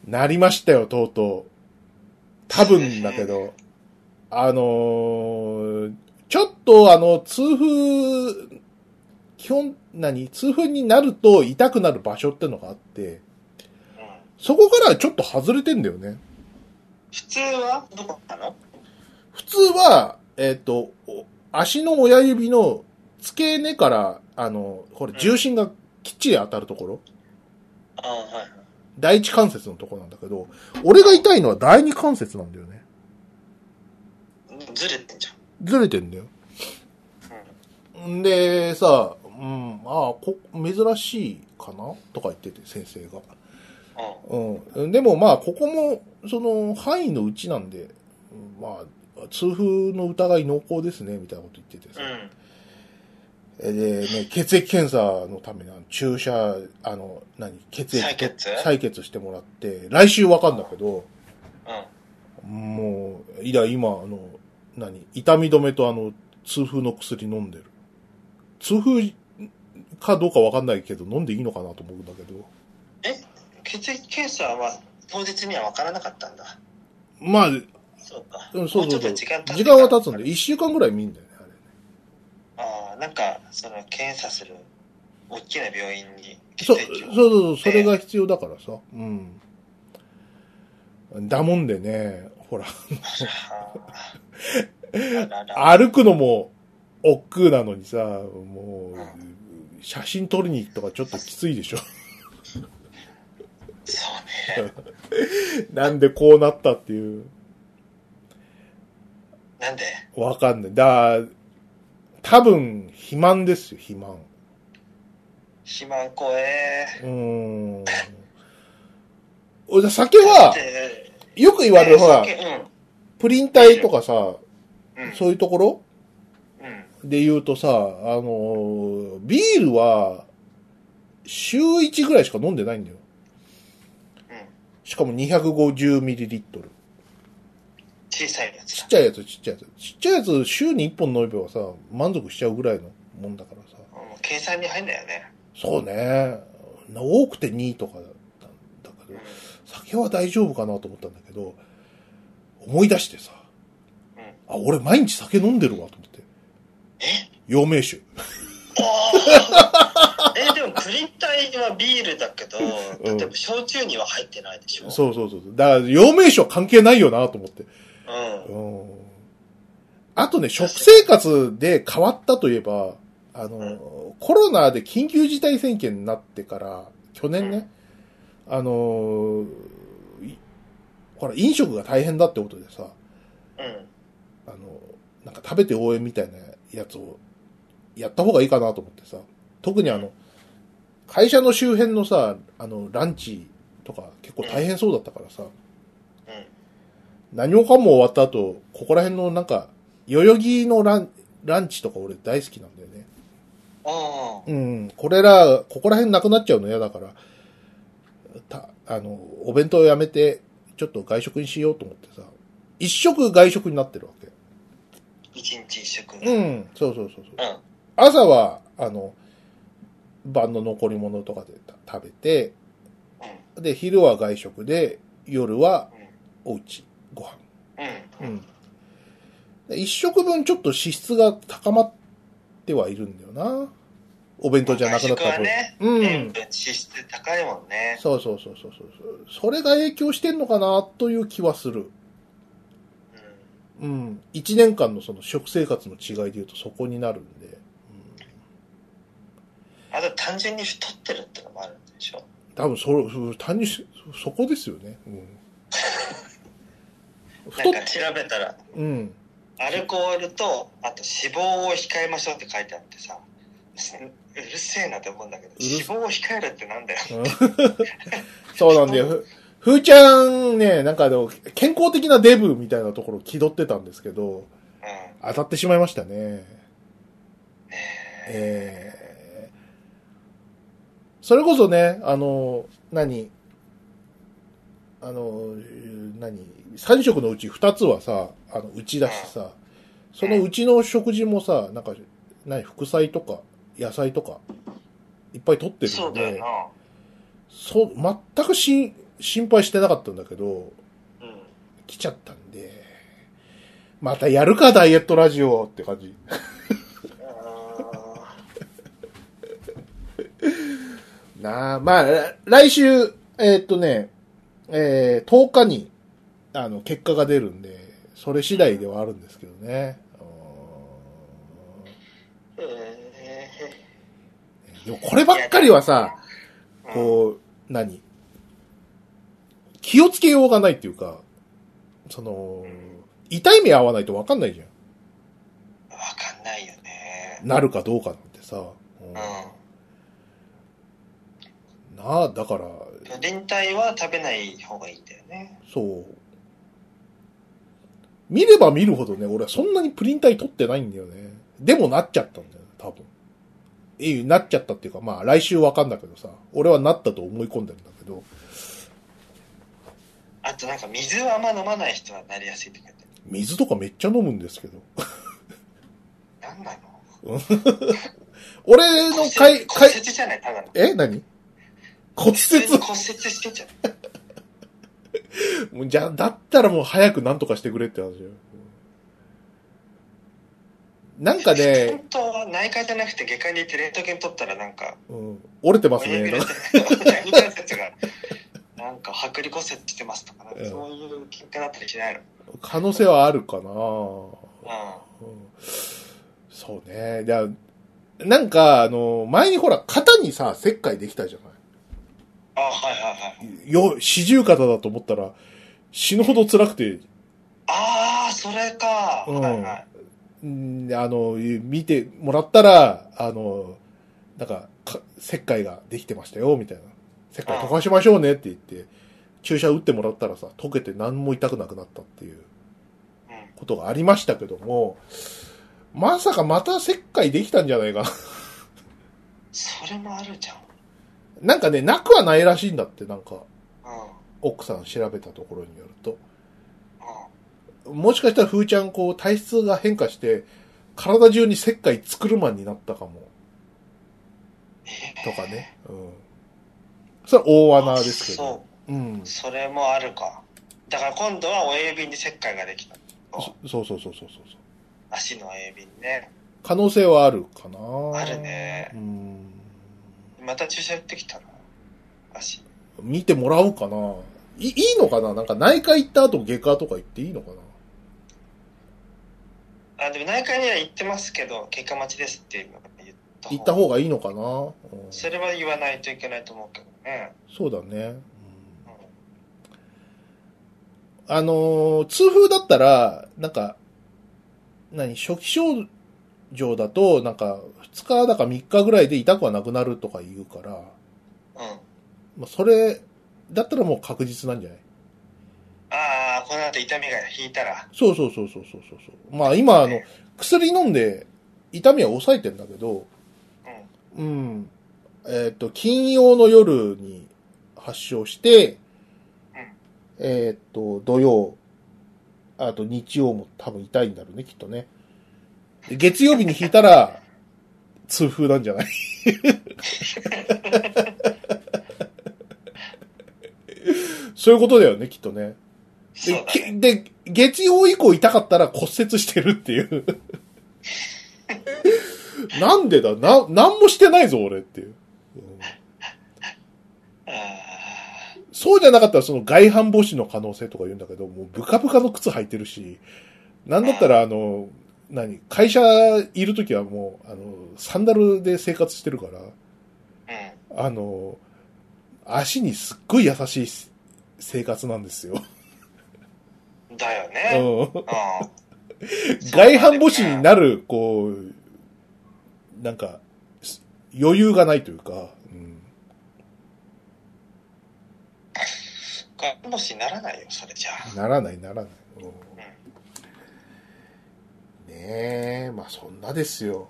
B: なりましたよ、とうとう。多分だけど、あのーちょっとあの、痛風、基本、何痛風になると痛くなる場所ってのがあって、
A: うん。
B: そこからちょっと外れてんだよね。
A: 普通はどこなの
B: 普通は、えっ、と、お足の親指の付け根から、あの、これ
A: うん
B: 重心がきっちり当たるところ、
A: あはい。
B: 第一関節のところなんだけど、俺が痛いのは第二関節なんだよね。
A: ずれてんじゃん。
B: ずれてんだよ。んで、さ、うん、ああ、こ、珍しいかなとか言ってて、先生が。
A: うん。
B: うん。でもまあ、ここも、その、範囲のうちなんで、うんまあ、痛風の疑い濃厚ですね、みたいなこと言っててさ。
A: うん。
B: えで、ね、血液検査のためにあの注射、あの、何、血液
A: 採血
B: 採血してもらって、来週わかんだけど、
A: うん。
B: もう、いや、今、あの、何、痛み止めとあの、痛風の薬飲んでる。痛風かどうかわかんないけど、飲んでいいのかなと思うんだけど。
A: 血液検査は当日には分からなかったんだ。
B: まあ、うん、
A: そうか。
B: そうそう
A: も
B: そ
A: ちょ
B: う
A: っと時間経って
B: 時間は経つんで、
A: で。
B: 一週間ぐらい見んだよね、あれね。
A: ああ、なんか、その、検査する、大きな病院に血
B: そう、そう
A: 液を。
B: そうそう、それが必要だからさ。うん。だもんでね、ほら、
A: あーあらら
B: 歩くのも億劫なのにさ、もう、写真撮りに行くとかちょっときついでしょ。
A: そうね。
B: なんでこうなったっていう、
A: なんで
B: わかんない。だ、多分、肥満ですよ、肥満。
A: 肥満怖え。
B: うーん。俺酒は、
A: で
B: よく言われるほら
A: 酒、
B: プリン体とかさ、
A: うん。うん。
B: そういうところ
A: うん。
B: で言うとさ、あのー、ビールは、週1ぐらいしか飲んでないんだよ。
A: うん
B: しかも 250ml。
A: 小さいやつ
B: ち
A: だ
B: っちゃいやつ、ちっちゃいやつ。ちっちゃいやつ、週に1本飲めばさ、満足しちゃうぐらいのもんだからさ。
A: もう計算に入んないよね、
B: そうね。多くて2とかだったんだけ
A: うん
B: ど、酒は大丈夫かなと思ったんだけど、思い出してさ、
A: うん
B: あ、俺毎日酒飲んでるわと思って。
A: え
B: 陽明酒。
A: えでもプリン体はビールだけど、
B: うん
A: 例えば焼酎には入ってないでしょ
B: そうそうそうそう。だから、陽明酒は関係ないよなと思って。
A: うん
B: うん。あとね、食生活で変わったといえば、あの、
A: うん
B: コロナで緊急事態宣言になってから、去年ね、あの、いほら、飲食が大変だってことでさ、
A: うん
B: あの、なんか食べて応援みたいなやつをやった方がいいかなと思ってさ、特にあの、会社の周辺のさ、あの、ランチとか結構大変そうだったからさ、
A: うん
B: 何もかも終わった後、ここら辺のなんか、代々木のランランチとか俺大好きなんだよね。
A: あ
B: うん、これら、ここら辺なくなっちゃうの嫌だから、た、あの、お弁当をやめて、ちょっと外食にしようと思ってさ、一食外食になってるわけ。
A: あ一日一食
B: う
A: うん
B: ん、そうそうそうそう。朝は、あの、晩の残り物とかでた食べて、で、昼は外食で、夜はお家、ご飯。
A: うん
B: うん。で一食分ちょっと脂質が高まってはいるんだよな。お弁当じゃなくなった
A: 外食は
B: 分。
A: ね
B: う
A: 塩
B: ん
A: 分。脂質高いもんね
B: そうそうそうそうそう。それが影響してんのかなという気はする。
A: うん
B: うん。一年間のその食生活の違いで言うとそこになるんで。うん
A: あと単純に太ってるってのもあるんでしょ
B: 多分それ、単にしそこですよね。うん。
A: な
B: 太
A: ん
B: っ
A: か、調べたら
B: うん。
A: アルコールとあと脂肪を控えましょうって書いてあってさうるせえなって思うんだけど
B: る
A: 脂肪を控えるってなんだよ
B: そうなんだよ。ふふーちゃんね、なんかでも、健康的なデブみたいなところ気取ってたんですけど、
A: うん
B: 当たってしまいましたね。えーそれこそね、あの、何あの、何三食のうち二つはさ、あの、うちだしさ、そのうちの食事もさ、なんか、何副菜とか、野菜とか、いっぱい取ってる
A: そ
B: ん
A: うだ
B: で、
A: よ
B: そう、全くし心配してなかったんだけど、
A: な うん
B: 来ちゃったんで、またやるか、ダイエットラジオって感じ。
A: あ
B: なあ、まあ、ら来週、えーっとね、えー、10日に、あの、結果が出るんで、それ次第ではあるんですけどね。
A: ーえ
B: うんでもこればっかりはさ、
A: ー
B: こう、何気をつけようがないっていうか、その、痛い目合わないとわかんないじゃ
A: うんわかんないよね
B: ん。なるかどうかなんてさ。うん
A: う
B: なあ、だから、
A: んプリン体は食べない方がいいんだよね
B: そう。見れば見るほどね、俺はそんなにプリン体取ってないんだよね。でもなっちゃったんだよ、多分。ええ、なっちゃったっていうか、まあ来週わかんだけどさ、俺はなったと思い込んでるんだけど、
A: あとなんか水をあんま飲まない人はなりやすいって書いて
B: 水とかめっちゃ飲むんですけど。
A: あるなんなの
B: 俺の
A: 骨
B: 会、
A: 折骨
B: 会、
A: 折じゃないただの
B: え何骨
A: 普通に
B: 折
A: 骨折してんじゃん
B: もうじゃ、だったらもう早くなんとかしてくれって話よ。なんかね
A: 本、当は内科じゃなくて外科に行ってレントゲン取ったらなんか
B: うん、折れてます
A: 親
B: ね。
A: 指の親指のやつがなんか剥離骨折してますとかなんか
B: うん
A: そういう喧嘩だったりしないの
B: 可能性はあるかな
A: う
B: うんそうね。だなんか、あの、前にほら、肩にさ、石灰できたじゃなん
A: あはいはいはい
B: いよ、四十肩だと思ったら、死ぬほど辛くて、
A: ああそれか、
B: うん
A: はいはい
B: うんあの、見てもらったら、あの、なんか、か石灰ができてましたよ、みたいな。石灰溶かしましょうねって言って、注射打ってもらったらさ、溶けて何も痛くなくなったってい
A: う
B: う
A: ん
B: ことがありましたけども、まさかまた石灰できたんじゃないかな
A: それもあるじゃん
B: なんかね、なくはないらしいんだって、なんか、
A: うんうん
B: 奥さん調べたところによると。もしかしたら風ちゃん、こう、体質が変化して、体中に石灰作るマンになったかも。とかね。うん。それは大穴ですけど。。
A: そうう。
B: ん
A: それもあるかだから今度は親指に石灰ができた
B: そそうそうそうそうそう。
A: 足の親指にね
B: 可能性はあるかな
A: ある。ね
B: うん。
A: また注射打ってきたな足
B: 見てもらおうかない。いいのかななんか内科行った後外科とか行っていいのかな
A: あでも内科には行ってますけど結果待ちですっていうのは言った
B: 行った
A: 方
B: 方がいいのかな、うん
A: それは言わないといけないと思うけどね
B: そうだね。あのー痛風だったら、なんか、何、初期症状だと、なんか、2日だか3日ぐらいで痛くはなくなるとか言うから、
A: うんあ
B: まあ、それ、だったらもう確実なんじゃない
A: あこの後痛みが引いたら
B: そうそうそうそうそうそうそう。まあ今、あの、薬飲んで、痛みは抑えてんだけど、うん。えっ、と、金曜の夜に発症して、
A: うん
B: えっ、と、土曜、あと日曜も多分痛いんだろうね、きっとね。で月曜日に引いたら、 痛風な んじゃないそういうことだよね、きっとね。
A: そ
B: で
A: うだね
B: で、月曜以降痛かったら骨折してるっ ていう。なんでだな、なんもしてないぞ、俺っていう。うん
A: あ
B: そうじゃなかったら、その外反母趾の可能性とか言うんだけど、もうブカブカの靴履いてるし、なんだったら、あの、何、会社いるときはもう、あの、サンダルで生活してるから、
A: あうん
B: あの、足にすっごい優しい生活なんですよ。
A: だよ
B: う
A: ね。
B: ん。
A: う
B: 外反母趾になる、こう、なんか、す余裕がないというか、うん、
A: ん。外反母趾にならないよ、それじゃあ。
B: ならない、ならない。うんねえ、まあそんなですよ。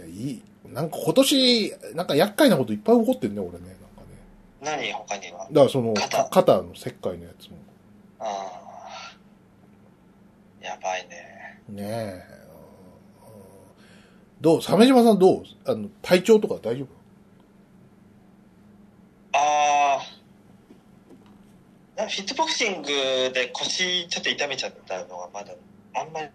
B: えーいい。なんか今年、なんか厄介なこといっぱい起こってんね、俺ね。なんかね。
A: 何他には
B: だからその、
A: 肩
B: か肩の石灰のやつも。
A: ああ。やばいね。
B: ねえ。うんうんどう鮫島さんどうあの、体調とか大丈夫
A: ああ。なんかフィットボクシングで腰ちょっと痛めちゃったのがまだあんまり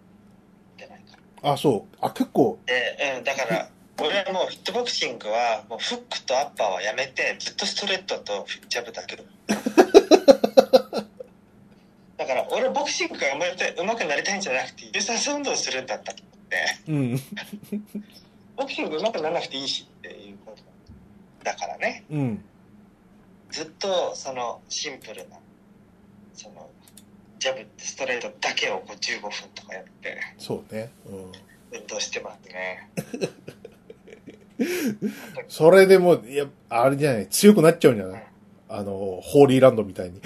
A: 出ないから。
B: あ、そう。あ、結構、
A: で、うん、だから、俺はもうフィットボクシングはもうフックとアッパーはやめて、ずっとストレートとジャブだけど。だから俺ボクシングが生まれて上手くなりたいんじゃなくて、有酸素運動をするんだったと思って。
B: うん、
A: ボクシング上手くならなくていいしっていうことだからね
B: うん、
A: ずっとそのシンプルなそのジャブストレートだけをこう15分とかやって
B: そうね。うん。
A: 運動してますね
B: それでもう、いや、あれじゃない、強くなっちゃうんじゃないあの、ホーリーランドみたいに。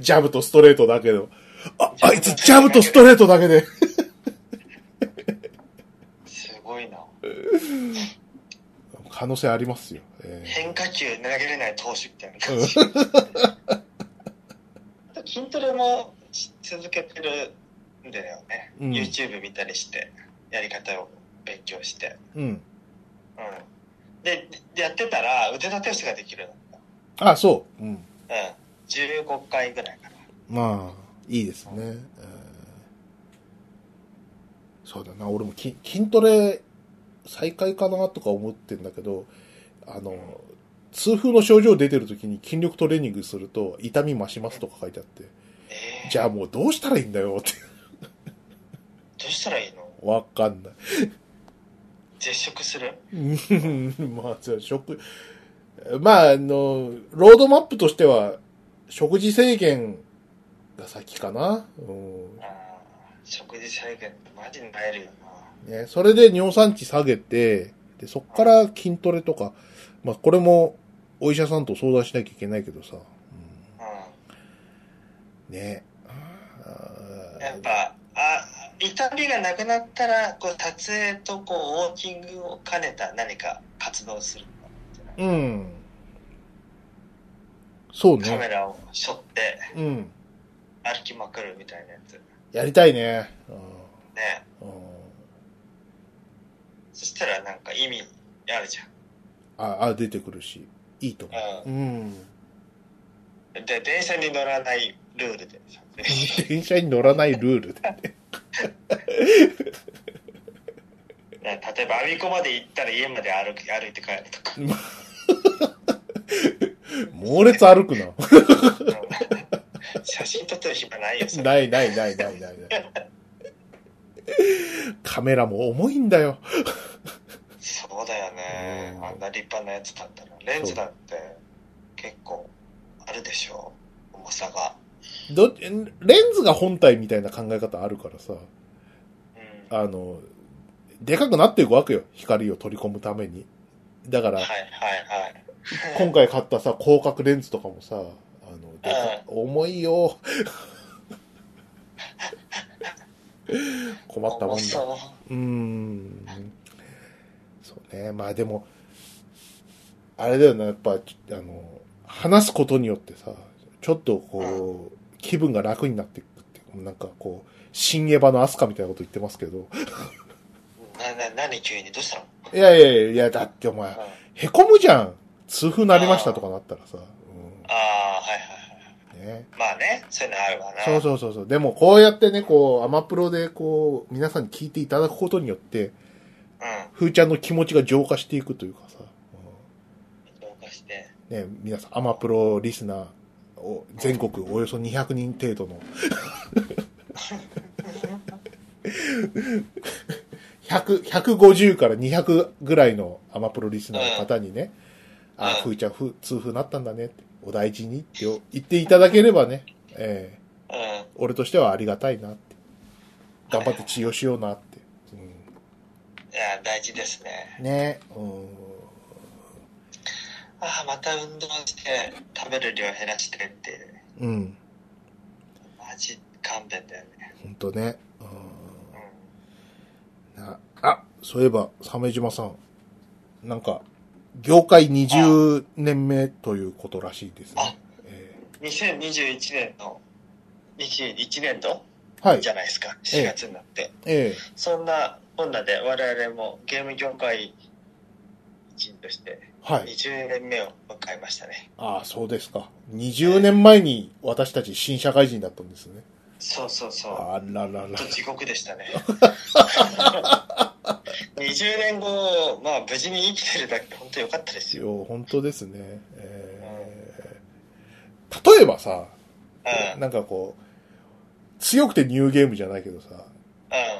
B: ジャブとストレートだけど。あ、あいつジャブとストレートだけで。
A: すごいな
B: 可能性ありますよ。え
A: 変化球投げれない投手みたいな
B: ー
A: 感
B: う
A: じ
B: ん
A: 筋トレもし続けてるんだよね、
B: うん
A: YouTube 見たりしてやり方を勉強して
B: うん。
A: うんででやってたら腕立て伏せができるようになっ
B: あ、そう。うん。
A: たうん15回ぐらいかな
B: まあ、いいですね。えーそうだな、俺も筋筋トレ再開かなとか思ってんだけど、あの、痛風の症状出てる時に筋力トレーニングすると痛み増しますとか書いてあって、
A: えー
B: じゃあもうどうしたらいいんだよって。
A: どうしたらいいの
B: わかんない。
A: 絶食する
B: うんまあ、じゃあ食、まあ、あの、ロードマップとしては、食事制限が先かな。うん
A: あー食事制限ってマジに耐えるよ
B: ね、それで尿酸値下げて、で、そっから筋トレとか、まあ、これも、お医者さんと相談しなきゃいけないけどさ。う
A: な、
B: んね。
A: うん、
B: あ
A: やっぱあ痛みがなくなったらこう撮影とこうウォーキングを兼ねた何か活動する
B: ーうん。そう
A: カメ
B: ね。
A: ラを背負って
B: うん。
A: 歩きまくるみたいなやつ。ね。
B: やりたいね。うん。うん、
A: そしたらなんか意味あるじ
B: あ、あ、出てくるし、いいと思
A: ゃん。
B: う。うん。
A: うん。で、電車に乗らないルールで。
B: 電車に乗らないルールで。
A: ね例えば、アビコまで行ったら家まで歩き歩いて帰るとか。
B: 猛烈歩くな。
A: うん写真撮ってる暇ないよ、それ。
B: ないないないないないない。カメラも重いんだよ。
A: そうだよね
B: う。ん
A: あんな立派なやつだったら。レンズだって結構あるでしょ。重さが。
B: ど、レンズが本体みたいな考え方あるからさ、
A: うん。
B: あの、でかくなっていくわけよ。光を取り込むために。だから
A: はい、はいはい。
B: 今回買ったさ、広角レンズとかもさ、あの、でか重い よ。困ったも
A: 重
B: んだ。
A: そう
B: ーん。そうね。まあでも、あれだよな、やっぱ、ちあの、話すことによってさ、ちょっとこう、気分が楽になっていくっていうか、なんかこう、新エヴァのアスカみたいなこと言ってますけど。
A: う。な、な、何急にどうしたの
B: いやいやいやいや、だってお前、
A: あ
B: へこむじゃん。痛風なりましたとかなったらさ。
A: あー、はいはいはい。
B: うん、ね。
A: まあね、そういうのあるわな。
B: そうそうそうそう。でもこうやってね、こう、アマプロでこう、皆さんに聞いていただくことによって、
A: う
B: ふーちゃんの気持ちが浄化していくというかさ。う
A: ん。
B: ん
A: 浄化して。
B: ね、皆さん、アマプロリスナーを、全国およそ200人程度の、100、150から200ぐらいのアマプロリスナーの方にね、
A: うん
B: あ
A: うん、
B: ふーちゃん、ふー、痛風なったんだねって、お大事にって言っていただければね、ええ
A: うん。
B: 俺としてはありがたいなって。頑張って治療しようなっ
A: い
B: て。
A: や、大事ですね。
B: うん、ね、うん。
A: ああ、また運動して、食べる量減らしてって。
B: うん、
A: マジ勘弁だよね。
B: ほんとね。うん
A: うん。
B: なあ、そういえば、鮫島さん、なんか、業界20年目ということらしいです
A: あ
B: ね。え
A: 2021年の、21年度
B: ーはい
A: じ。ゃないですか、
B: ええ
A: 4月になって。
B: え
A: そんなこんなで我々もゲーム業界人として
B: えはい。
A: 20年目を迎えましたね。
B: ああ、そうですか。20年前に私たち新社会人だったんですね。
A: そうそうそう。
B: あらららら
A: ちょっ。と地獄で したね。20年後、まあ無事に生きてるだけで本当良かったです
B: い
A: よ。
B: や本当ですね。えー例えばさ、
A: うん、うん、
B: なんかこう、強くてニューゲームじゃないけどさ、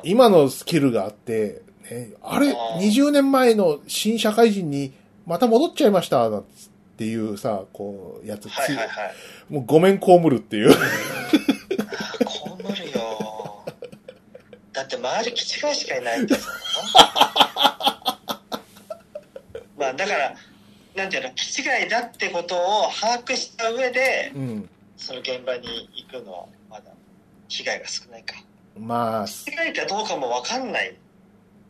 B: 今のスキルがあって、ね、あれ、
A: あー
B: 20年前の新社会人にまた戻っちゃいました、なんつっていうさ、こう、やつ、
A: はいはいはい。
B: つもうごめんこむるっていう。
A: こうなるよ。だって周り気違いしかいないんだぞ。まあだから、なんていうの、気違いだってことを把握した上で、
B: うん。
A: その現場に行くのはまだ被害が少ないか。
B: まあ、
A: 気違いかどうかもわかんない。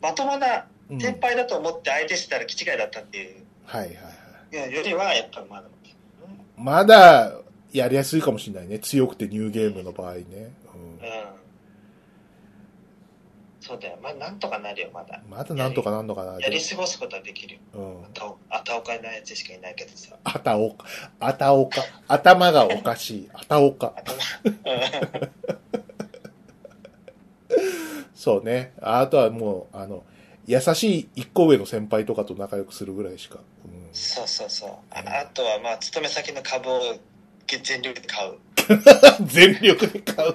A: まともな
B: うん、はい
A: 先輩だと思って相手してたら気違いだったっていう
B: はいはい。
A: よりは、やっぱりまだ。
B: まだ、やりやすいかもしれないね。強くてニューゲームの場合ね。
A: うん
B: うん。。
A: そうだよ。まあなんとかなるよ、まだ。
B: まだなんとかなんとかな。
A: やり過ごすことはできるよ。
B: うん。
A: あたおあたおかなやつしかいないけどさ。
B: あたおか、あたおか、頭がおかしい。あたおか。
A: 頭うん
B: そうね。あとはもう、あの、優しい一個上の先輩とかと仲良くするぐらいしか。うん
A: そうそうそう。ああとは、まあ、勤め先の株をげ全力で買う。
B: 全力で買う。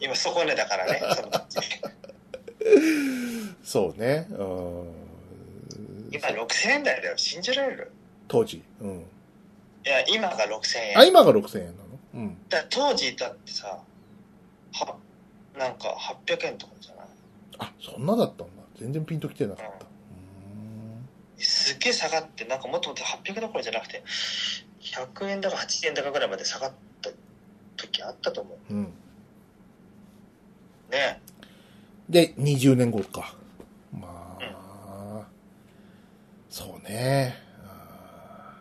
A: 今、そこねだ からね。その
B: そうね。うん。
A: 今、6000円台だよ。信じられる
B: 当時。うん。
A: いや、今が6000円。
B: あ、今が6000円なのうん。
A: だから当時だってさ、は、なんか800円とかじゃない
B: あ、そんなだったんだ。全然ピンときてなかった。
A: すっげえ下がって、なんかもっともっと800どころじゃなくて、100円だか80円だかぐらいまで下がった時あったと思
B: うーん。うん。
A: う。ね。
B: で、20年後か。まあ、そうね。あ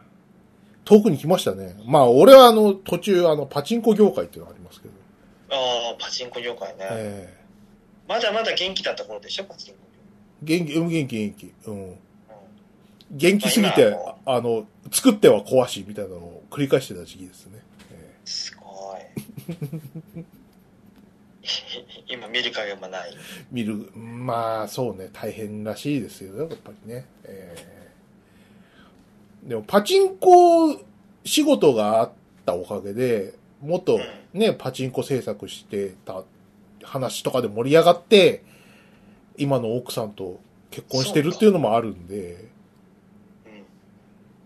B: ー遠くに来ましたね。まあ、俺はあの、途中、あの、パチンコ業界っていうのがありますけど。
A: ああ、パチンコ業界ね、
B: え
A: まだまだ元気だった頃でしょ、パチンコ
B: え元気、うん、元気、元気。うん。
A: 業界。うん
B: 元気すぎて、ああの、作っては壊し、みたいなのを繰り返してた時期ですね。え
A: すごい。 今見る影もない。
B: え見る、まあ、そうね、大変らしいですよね、やっぱりね。ええでも、パチンコ仕事があったおかげで、もっとね、パチンコ制作してた話とかで盛り上がって、今の奥さんと結婚してるっていうのもあるんで、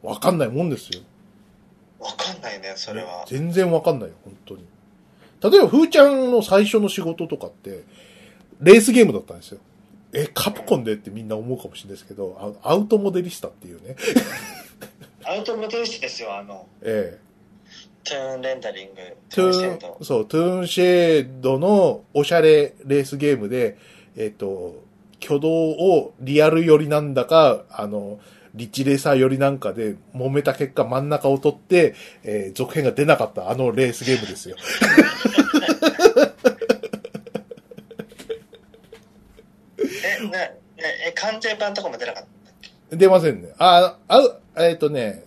A: うん。
B: わかんないもんですよ。
A: わかんないね、それは。
B: 全然わかんないよ、本当に。例えば、ふーちゃんの最初の仕事とかって、レースゲームだったんですよ。え、カプコンでってみんな思うかもしれないですけど、アアウトモデリスタっていうね。
A: アウトモデルスですよ、あの、
B: ええ
A: トゥーンレンダリング、
B: ト
A: トゥーンシェ
B: ゥ
A: ード
B: ーン、。そう、トゥーンシェードのおしゃれレースゲームで、えっ、と、挙動をリアル寄りなんだか、あの、リッチレーサー寄りなんかで揉めた結果真ん中を取って、えー続編が出なかったあのレースゲームですよ。
A: え、ね、ね、え、完全版とかも出なかった
B: 出ませんね。あ、あう、えっ、とね、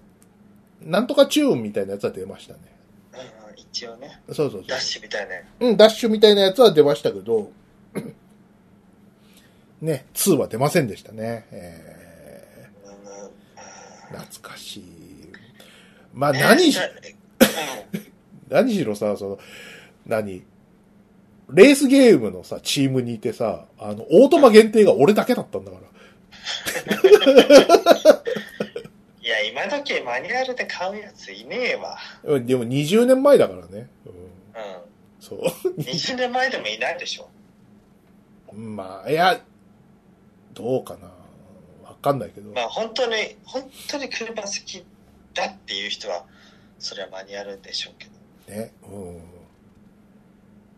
B: なんとかチューンみたいなやつは出ましたね。
A: うんうん、一応ね。
B: そうそうそ
A: ダッ
B: う。
A: シュみたいね。
B: うん、ダッシュみたいなやつは出ましたけど、 ね、2は出ませんでしたね。え
A: うんうん
B: ー、懐かしい。まあ、何し
A: え、うん
B: 何しろさ、その、何レースゲームのさ、チームにいてさ、あの、オートマ限定が俺だけだったんだから。
A: いや、今時マニュアルで買うやついねえわ。
B: うんでも20年前だからね。うん、
A: う
B: そう。
A: ん。20年前でもいないでしょ。
B: まあ、いや、どうかな。わかんないけど。
A: まあ本当に、本当に車好きだっていう人は、それはマニュアルでしょうけど。
B: ね。うん。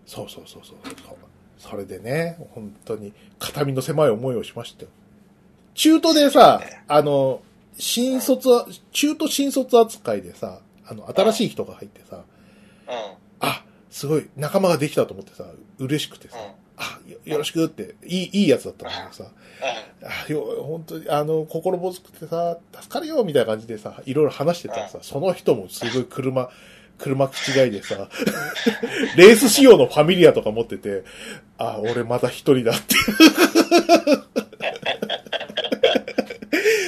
B: そうそうそうそうそう。それでね、本当に、片身の狭い思いをしましたよ。中途でさ
A: そうね、
B: あの、新卒、中途新卒扱いでさ、あの、新しい人が入ってさ、
A: うん、
B: あ、すごい、仲間ができたと思ってさ、嬉しくてさ
A: う、ん、うん。
B: あ、よよろしくって、いい、いいやつだったんだけどさ、あよ本当にあの心細くてさ助かるよみたいな感じでさいろいろ話してたらさその人もすごい車車口違いでさ レース仕様のファミリアとか持っててあ俺また一人だってい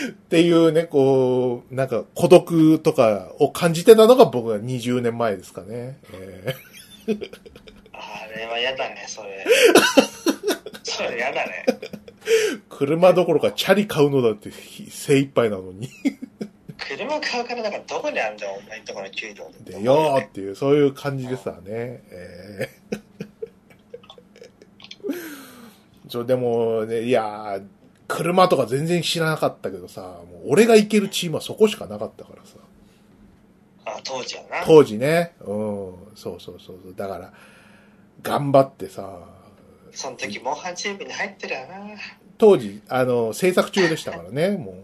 B: うっていうねこうなんか孤独とかを感じてたのが僕が20年前ですかね、え
A: あれは嫌だね、それ。 それ嫌だね。
B: ー車どころかチャリ買うのだって精一杯なのに
A: 車買うからなんかどこにあるんだよ、お前んとこの給料
B: でよーっていう、そういう感じでさね。えーそう、でもね、いやー、車とか全然知らなかったけどさ、もう俺が行けるチームはそこしかなかったからさ。
A: あ、当時はな。
B: 当時ね。うん。そうそうそうそう。だから、頑張ってさ、
A: その時、モンハンチームに入ってるよな。
B: 当時、あの、制作中でしたからね、もう。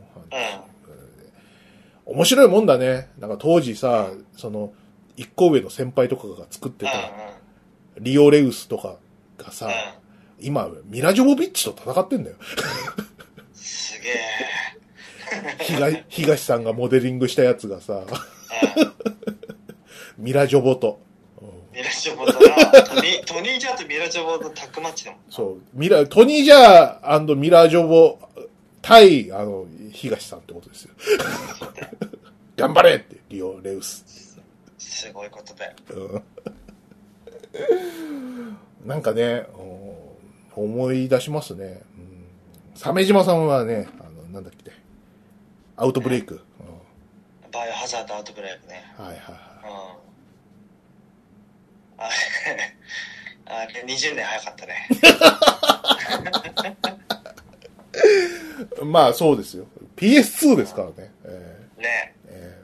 A: うん。
B: 面白いもんだね。なんか当時さ、その、一個上の先輩とかが作ってた、
A: う
B: リオレウスとかがさ、
A: んうん。
B: 今、ミラジョボビッチと戦ってんだよ。
A: うん。すげえ。
B: 東、東さんがモデリングしたやつがさ、
A: うん。
B: ミラジョボと。うん
A: ミラジョボとな。トニー、トニージャーとミラジョボのタッグマッチだもん。
B: そう、ミラ、トニージャーミラジョボ対、あの、東さんってことですよ。 頑張れって、リオレウス。
A: すごいことだよ。
B: なんかね、うん思い出しますね。うん鮫島さんはね、あの、なんだっけ、アウトブレイク。うん
A: バイオハザードアウトブレイクね。
B: はいはいは
A: うん。あれ、あれ20年早かったね。
B: い。まあそうですよ。PS2 ですからね。えー
A: ね。
B: え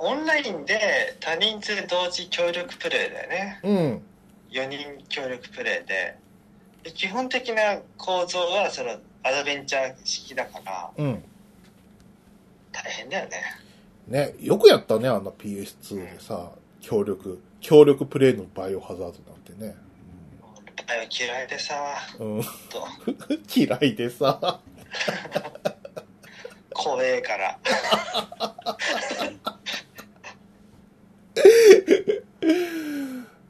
A: オンラインで他人数同時協力プレイだよね。
B: ーうん。
A: 4人協力プレイで。で基本的な構造はそのアドベンチャー式だから
B: うん。
A: 大変だよね。
B: ね、よくやったね、あの PS2 でさ、協力。協力プレイのバイオハザードなんてね。
A: バイオ嫌いでさ、
B: うん、 うん
A: と、
B: 嫌いでさ。
A: 怖えから。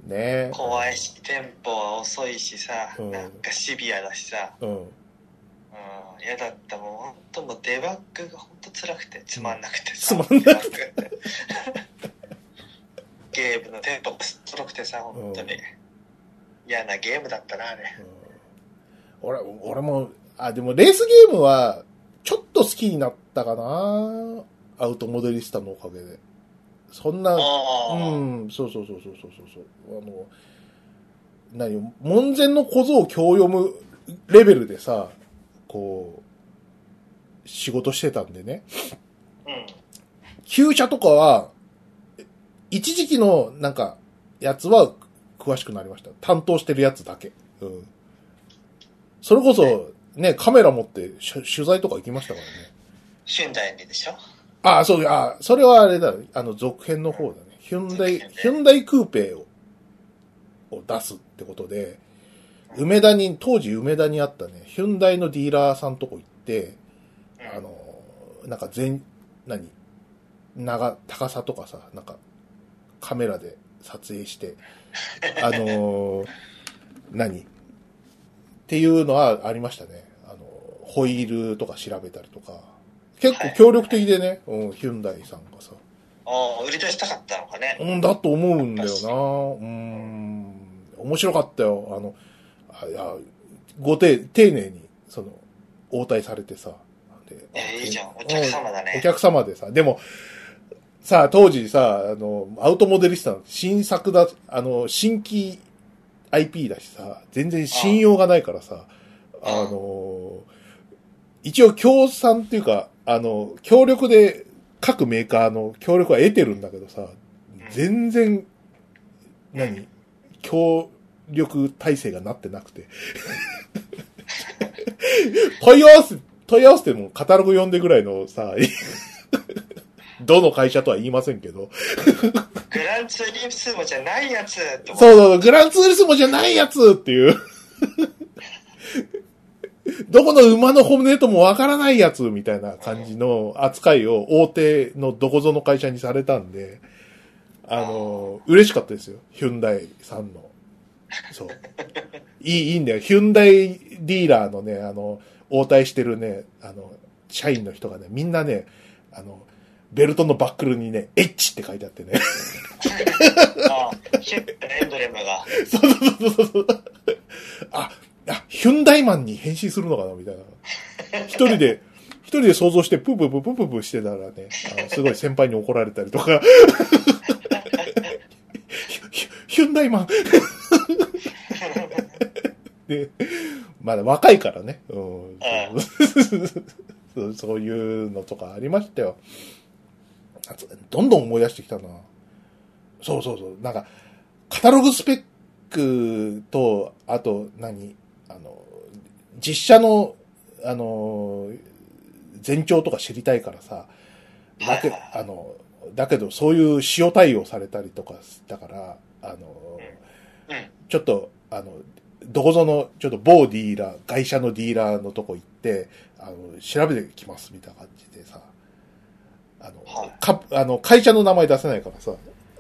B: ね
A: 怖いし、テンポは遅いしさ、
B: うん
A: なんかシビアだしさ、
B: うん。
A: うん、嫌だった。もう本当もうデバッグが本当辛くて、つまんなくて
B: つ
A: さ、
B: まんなくて
A: デバッグ ゲームのテンポがすっとろくてさ、本当に。嫌なゲームだったな、あれ。
B: うん俺、俺も、あ、でもレースゲームは、ちょっと好きになったかなアウトモデリスタのおかげで。そんな、
A: ああ、
B: うん、そうそうそうそうそうそうそう。あの、何、門前の小僧を教読むレベルでさ、こう、仕事してたんでね。
A: うん。
B: 旧車とかは、一時期の、なんか、やつは詳しくなりました。担当してるやつだけ。うん。それこそ、ね、カメラ持ってしゅ取材とか行きましたからね。
A: ヒュンダイにでしょ
B: ああ、そう、ああ、それはあれだ、あの、続編の方だね。ヒュンダイ、ヒュンダイクーペを、を出すってことで、梅田に、当時梅田にあったね、ヒュンダイのディーラーさんとこ行って、
A: うん
B: あの、なんか全、何長、高さとかさ、なんか、カメラで撮影して、あのー何っていうのはありましたね。あの、ホイールとか調べたりとか。結構協力的でね、うん、ヒュンダイさんがさ。
A: ああ、売り出したかったのかね。
B: うん、だと思うんだよな。うん。面白かったよ。あの、あいや、ごて、丁寧に、その、応対されてさ。で
A: えーいいじゃん。お客様だ
B: うんお
A: ね。
B: 客様でさ。でも、さあ、当時さ、あの、アウトモデリスタの新作だ、あの、新規 IP だしさ、全然信用がないからさ、
A: あ
B: あ
A: あ
B: の、一応協賛っていうか、あの、協力で各メーカーの協力は得てるんだけどさ、全然、何協力体制がなってなくて。 問い合わせ、問い合わせてもカタログ読んでぐらいのさ、 どの会社とは言いませんけど。
A: グランツーリスモじゃないやつと思
B: そうそうそう、グランツーリスモじゃないやつっていう。 どこの馬の骨ともわからないやつみたいな感じの扱いを大手のどこぞの会社にされたんで、あの、嬉しかったですよ。ヒュンダイさんの。そう。いい、いいんだよ。ヒュンダイディーラーのね、あの、応対してるね、あの、社員の人がね、みんなね、あの、ベルトのバックルにね、H って書いてあってね。
A: ああ、ヒュンダイのエンブレム が。
B: そうそうそうそうそう。あ、あ、ヒュンダイマンに変身するのかなみたいな。一人で、一人で想像してプープープープープープーしてたらね、あのすごい先輩に怒られたりとか。ヒュヒュヒュンダイマンで、まだ若いからね。うんそう、そういうのとかありましたよ。あとどんどん思い出してきたな。そうそうそう。なんか、カタログスペックと、あと何、あの、実写の、あの、前兆とか知りたいからさ、だけ、
A: はい
B: あの、だけどそういう塩対応されたりとかしたから、あの、
A: うん。
B: ちょっと、あの、どこぞの、ちょっと某ディーラー、会社のディーラーのとこ行って、あの、調べてきますみたいな感じでさ、あの、
A: はい
B: かあの会社の名前出せないからさ、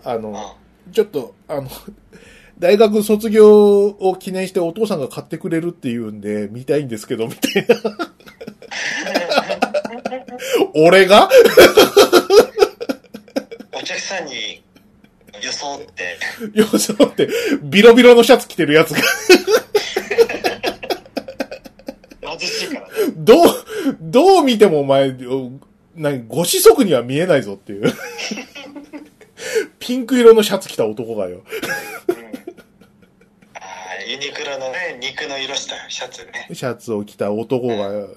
B: あの、
A: あ
B: ちょっと、あの、 大学卒業を記念してお父さんが買ってくれるって言うんで、見たいんですけど、みたいな。俺が
A: お客さんに装って、
B: いや、ちょっと待って、ビロビロのシャツ着てるやつが、
A: 貧しいからね。
B: どう、どう見てもお前、なご子息には見えないぞっていう。ピンク色のシャツ着た男がよ。
A: うん。ああ、ユニクロのね、肉の色したシャツね。
B: シャツを着た男が、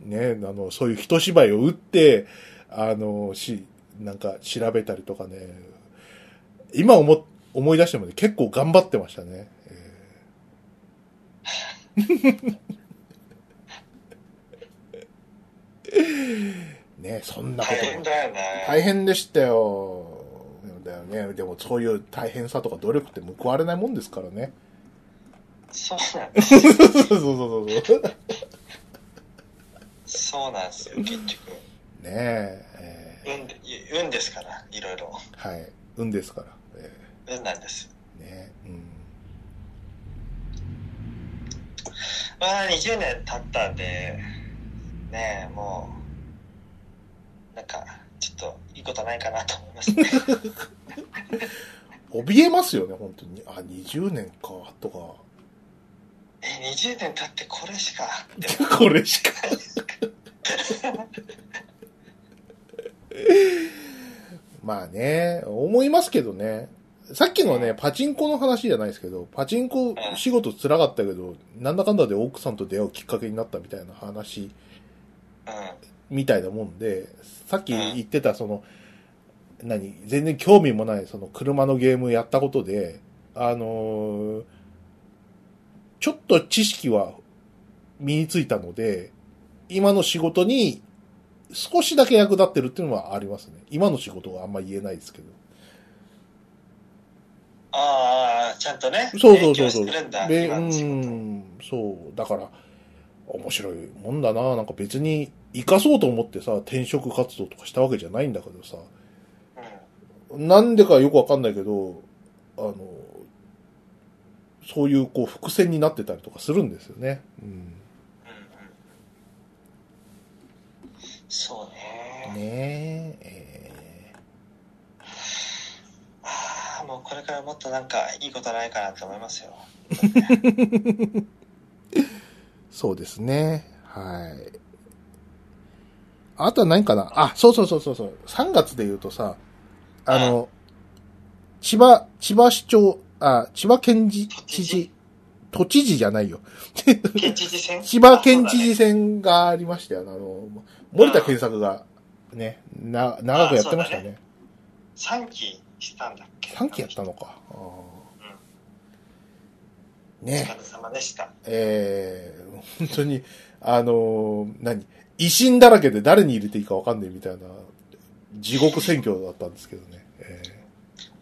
B: ね、あの、そういう人芝居を打って、あの、し、なんか調べたりとかね、今思、思い出してもね、結構頑張ってましたね。えーね、そんなこ
A: 大
B: とも
A: 変だよね。
B: 大変でしたよ。だよね。ね。でもそういう大変さとか努力って報われないもんですからね。
A: そうなんですよ。
B: そうそうそうそう。ね
A: そうなんですよ、結局。
B: ええー
A: 運で運ですから、いろいろ。
B: はい。運ですから。え
A: 運なんです。
B: えねえうん。
A: まあ、20年経ったんで、ねえ、もう、なんか、ちょっといいことないかなと思います ね。
B: 怯えますよね、本当に。あ、20年か、とか。
A: え、20年経ってこれしか、でも
B: これしか。まあね、思いますけどね。さっきのね、パチンコの話じゃないですけど、パチンコ仕事辛かったけど、なんだかんだで奥さんと出会うきっかけになったみたいな
A: う
B: 話みたいなもんで、さっき言ってたその、何、全然興味もないその車のゲームやったことで、あのーちょっと知識は身についたので、今の仕事に少しだけ役立ってるっていうのはありますね。今の仕事はあんま言えないですけど。
A: ん。ああ、ちゃんとね、
B: そうそうそうそう。
A: 影響してるんだ、
B: べ
A: 今
B: う
A: の仕事。
B: ん、そう。だから、面白いもんだな。なんか別に生かそうと思ってさ、転職活動とかしたわけじゃないんだけどさ、なんでかよくわかんないけど、あの、そういうこう伏線になってたりとかするんですよね。うん。
A: うんうんうんそうね。
B: ねえ
A: ああ、もうこれからもっとなんかいいことないかなと思います よ。
B: ーそうですね。はい。あとは何かなあ、そうそうそうそうそう。3月で言うとさ、あの、千葉、千葉市長、あ、千葉県知知事、都知事じゃないよ。
A: 県知事選
B: 千葉県知事選がありましたよね。あの、森田健作がね、な、長くやってましたよね。
A: 3期したんだっけ
B: 3期やったのか。あー
A: お
B: ね
A: 疲れ様でした。
B: えー、本当に、あのー何維新だらけで誰に入れていいかわかんないみたいな、地獄選挙だったんですけどね。え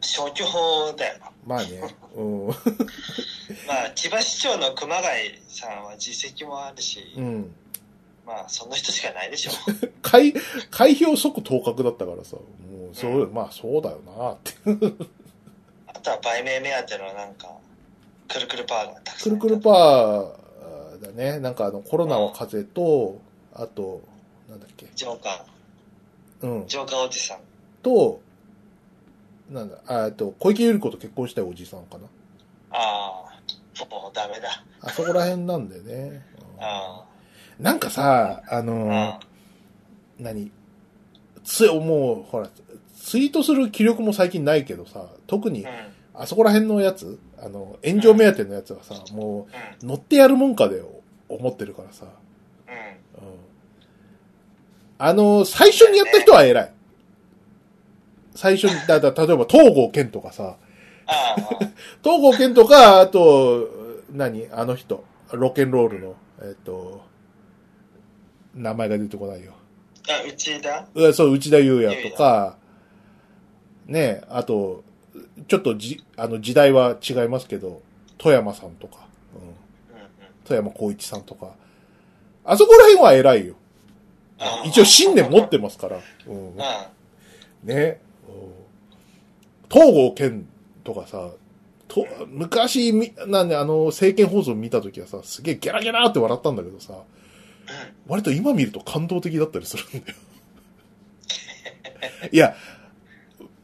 A: 消去法だよ。
B: ーまあね、うん、
A: まあ、千葉市長の熊谷さんは実績もあるし、
B: うん。
A: まあ、その人しかないでしょう。
B: 開、開票即当確だったからさ、もう、そう、まあそうだよなって。
A: あとは売名目当てのなんか、くるくるパーがたくさん
B: くる
A: いた。
B: くるパーだね。なんかあの、コロナは風邪と、あと、なんだっけ。
A: ジョーカ
B: うん
A: ー、。ジョーカーおじさん。
B: と、なんだ、ああと、小池百合子と結婚したいおじさんかな。
A: ああ、もうダメだ。
B: あそこら辺なんだよね。
A: あ
B: なんかさ、あ
A: あ、
B: の、
A: う
B: 何つ、もう、ほら、ツイートする気力も最近ないけどさ、特
A: ん。
B: に
A: うん。、
B: あそこら辺のやつ、あの、炎上目当てのやつはさ、もう、乗ってやるもんかで思ってるからさ。
A: うん。
B: うんあの、最初にやった人は偉い。最初に、だ、だ、例えば東郷健とかさ、
A: ああ、
B: 東郷健とか、あと、何あの人、ロケンロールの、えっと、名前が出てこないよ。
A: あ、うちだ
B: うわそう、内田祐也とか、ねえ、あと、ちょっとじ、あの、時代は違いますけど、富山さんとか、うん、
A: うんうん。
B: 富山光一さんとか、あそこら辺は偉いよ。
A: あー
B: 一応信念持ってますから。うん
A: う、ん。あ
B: ね。うん東郷健とかさ、と昔み、なんで、あの、政見放送見た時はさ、すげえゲラゲラって笑ったんだけどさ、割と今見ると感動的だったりするんだよ。 いや、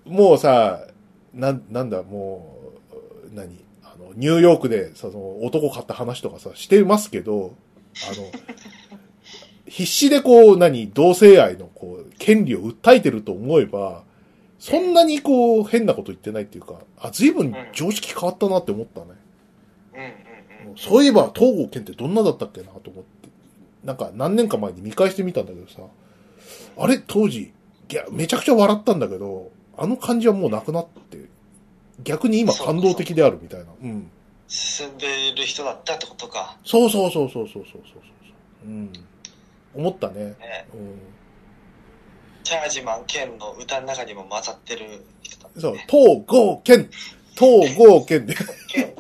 B: もうさ、なん、なんだ、もう、何あの、ニューヨークで、その、男買った話とかさ、してますけど、あの、必死でこう、何同性愛の、こう、権利を訴えてると思えば、そんなにこう、変なこと言ってないっていうか、あ、随分常識変わったなって思ったね。
A: うんうんうん。
B: そういえば、東郷健ってどんなだったっけなと思って、なんか何年か前に見返してみたんだけどさ、あれ当時、いや、めちゃくちゃ笑ったんだけど、あの感じはもうなくなって、逆に今感動的であるみたいな。うん。
A: 進んでいる人だったってことか。
B: そうそうそうそうそうそうそうそう。うん。思ったね。
A: ね
B: うん。
A: チャージマン剣の歌の中にも混ざってる人だ
B: そう、東郷剣、東郷剣で、
A: 剣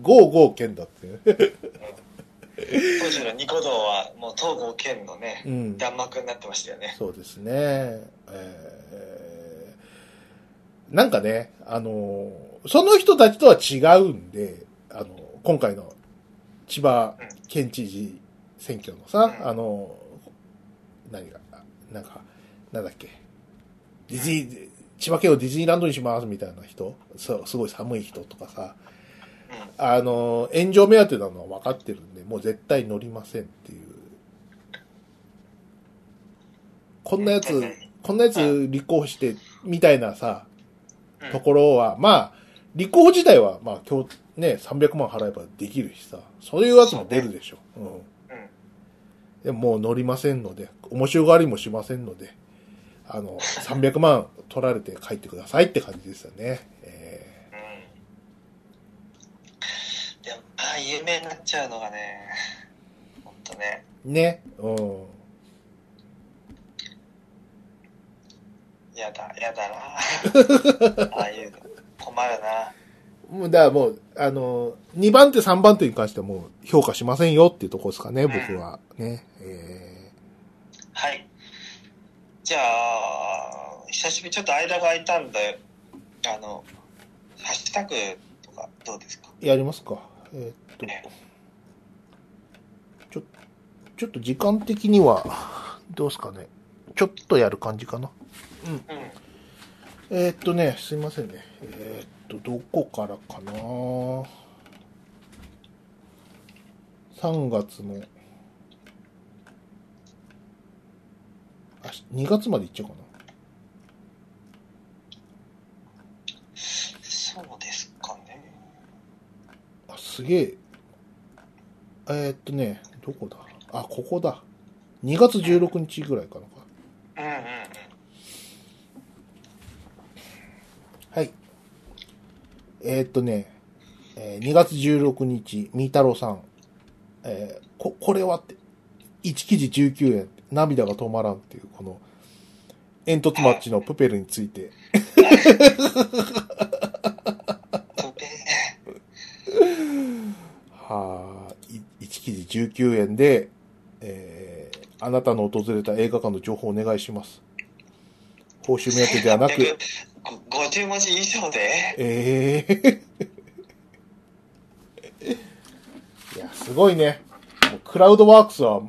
B: 郷郷剣だって。
A: 当時のニコ動はもう東郷剣のね
B: うん。
A: 弾幕になってましたよね
B: そうですね。えーなんかね、あのーその人たちとは違うんで、あの今回の千葉県知事選挙のさ、
A: うん
B: あの何が、なんか、なんだっけ、ディズニー、千葉県をディズニーランドにしますみたいな人、そうすごい寒い人とかさ、あの、炎上目当てなのは分かってるんで、もう絶対乗りませんっていう。こんなやつ、こんなやつ立候補して、みたいなさ、
A: うん
B: ところは、まあ、立候補自体は、まあ、今日、ね、300万払えばできるしさ、そういうやつも出るでしょ。うん。
A: うん
B: でももう乗りませんので、面白がりもしませんので、あの、300万取られて帰ってくださいって感じですよね。え
A: うんでもああ有名になっちゃうのがね本当ね
B: ーね、うん。
A: やだや だなああいうの困るな
B: もう、だからもう、あの、2番手、3番手に関してはもう評価しませんよっていうところですかね、僕は。ね。え
A: はいじゃあ久しぶりちょっと間が空いたんであのハッシュタグとかどうですか
B: ーやりますか。えーっと、ちょ、ちょっと時間的には、どうですかね。ちょっとやる感じかな。
A: うん
B: えーっとね、すいませんね。えーっと、どこからかな3月の、あ、2月までいっちゃおうかな。
A: そうですかね。
B: あ、すげえ。えーっとね、どこだあ、ここだ。2月16日ぐらいかな。
A: うんうんうん。
B: はい。えーっとね、えー2月16日、みーたろうさん。えーこ、これはって、1記事19円、涙が止まらんっていう、この、煙突マッチのプペルについて。
A: とで、
B: はあ、い1記事19円で、えーあなたの訪れた映画館の情報お願いします。報酬目当てではなく、
A: 50文字以上で、
B: え え いや、すごいね。もうクラウドワークスは、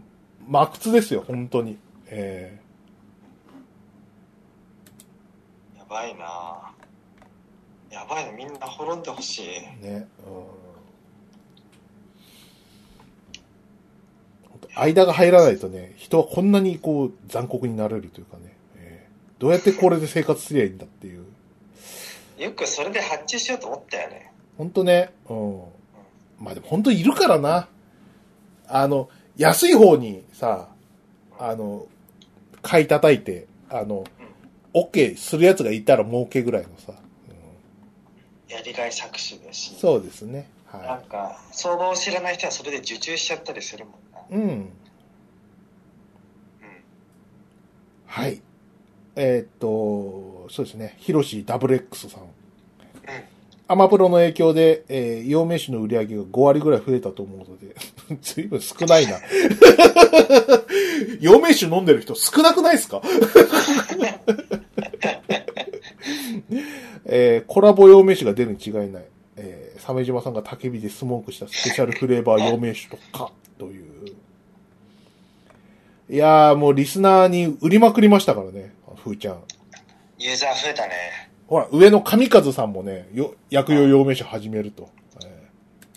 B: マクツですよ、本当に。え
A: やばいなやばいな、みんな滅んでほしい。
B: えね。うん。本当間が入らないとね、人はこんなにこう、残酷になれるというかね。ええどうやってこれで生活すりゃいいんだっていう。
A: よくそれで発注しようと思ったよね。
B: 本当ね。うん。まあでも本当いるからな。あの、安い方にさ、あの、買い叩いて、あの、OK するやつがいたら儲けぐらいのさ。う
A: やりがい搾取だし
B: ん、。そうですね。
A: な
B: は
A: んか、相場を知らない人はそれで受注しちゃったりするもんな。
B: い。うん。
A: うん。
B: はい。えーっと、そうですね。ヒロシ WX さん。アマプロの影響で、えー、陽明酒の売り上げが5割ぐらい増えたと思うので、 随分少ないな。 陽明酒飲んでる人少なくないですか えーコラボ陽明酒が出るに違いない。えー、鮫島さんが焚き火でスモークしたスペシャルフレーバー陽明酒とか、という。いやー、もうリスナーに売りまくりましたからね、ふーちゃん。
A: ユーザー増えたね。
B: ほら、上の神和さんもね、よ、薬用陽明酒始めると、え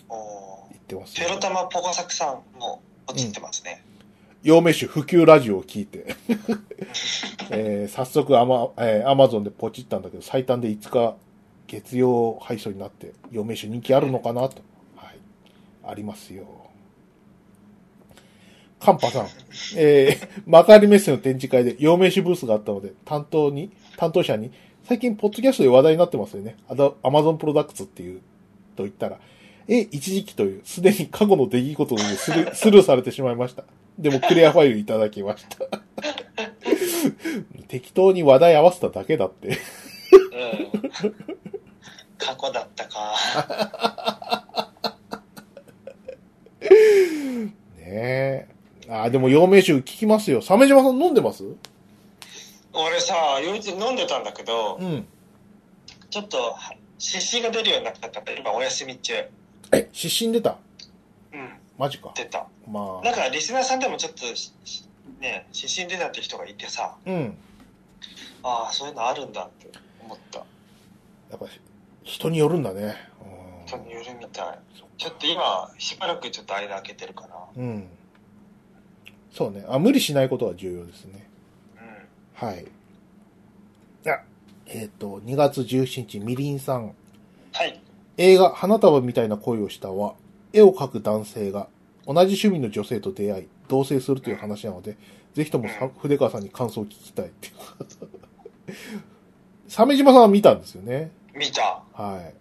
B: ー
A: おー
B: 言ってます
A: ペ
B: よ、
A: ロ玉ポカサクさんも落ちてますね。
B: 陽明酒普及ラジオを聞いて、 えー早速アマ、えー、アマゾンでポチったんだけど、最短で5日月曜配送になって、陽明酒人気あるのかなと。はい。ありますよ。カンパさん、えー、幕張メッセの展示会で陽明酒ブースがあったので、担当に、担当者に、最近ポッドキャストで話題になってますよね。アダアマゾンプロダクツっていう、と言ったら、え、一時期という、すでに過去の出来事のようにスルースルーされてしまいました。でもクリアファイルいただきました。 適当に話題合わせただけだって。
A: うん。過去だったか。
B: ねえ。あー、でも陽明酒聞きますよ。鮫島さん飲んでます
A: 俺さ、夜一飲んでたんだけど、
B: ん。
A: ちょっと、湿疹が出るようになったから、今お休み中。
B: え、失神出た
A: うん、
B: マジか。
A: 出た。
B: ま
A: なん
B: あ。
A: か、リスナーさんでもちょっとし、しね、湿疹出たって人がいてさ、
B: うん。
A: ああ、そういうのあるんだって思った。
B: やっぱ、人によるんだね。うん
A: 人によるみたい。
B: そっか
A: ちょっと今、しばらくちょっと間開けてるかな。
B: うん。そうね。あ、無理しないことは重要ですね。
A: うん。
B: はい。あ、えっ、と、2月17日、みりんさん。
A: はい。
B: 映画、花束みたいな恋をしたは、絵を描く男性が、同じ趣味の女性と出会い、同棲するという話なので、ぜひともさ筆川さんに感想を聞きたいっていうこと。鮫島さんは見たんですよね。
A: 見た。
B: はい。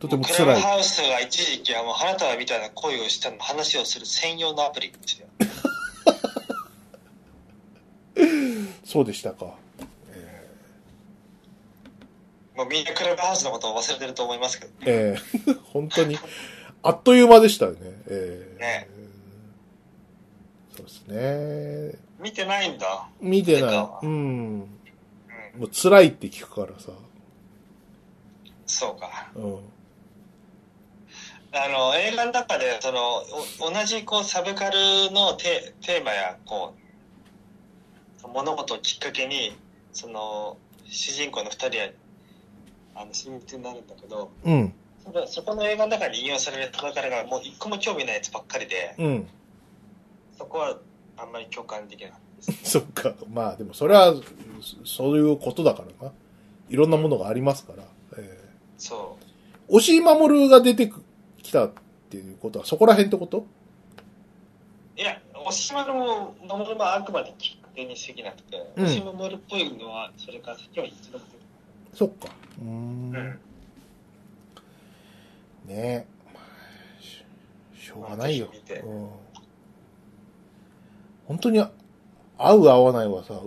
B: とても
A: クラブ
B: 辛い。
A: ハウスが一時期はもう花束みたいな恋をしたの話をする専用のアプリですよ。
B: そうでしたか。え
A: もうみんなクラブハウスのことを忘れてると思いますけど。
B: ーえ ー本当に、あっという間でしたよね。えー
A: ね
B: そうですね。
A: 見てないんだ。
B: 見て
A: 見て
B: な
A: た
B: い。うん。
A: うん。
B: もう辛いって聞くからさ。
A: そうか。
B: うん。
A: あの、映画の中で、その、お同じこうサブカルのテテーマや、こう、物事をきっかけに、その、主人公の二人は、あの、親密になるんだけど、
B: うん。
A: それそこの映画の中に引用されるサブカルがもう一個も興味ないやつばっかりで、
B: うん。
A: そこはあんまり共感できない。
B: そっか。まあでもそれは、そそういうことだからな。いろんなものがありますから。え
A: そう。
B: ー、押井守が出てくきたっていうことは、そこら辺ってこと
A: いや、押し丸も、守もあくまできっかけに過ぎなくて、
B: うん
A: 押し守っぽいのは、それから先は一度も
B: そっか。うーん。
A: 出てこない。
B: ねえ。まあししょうがないよ
A: まあぜひ見て。
B: うん、本当に、合う合わないはさ、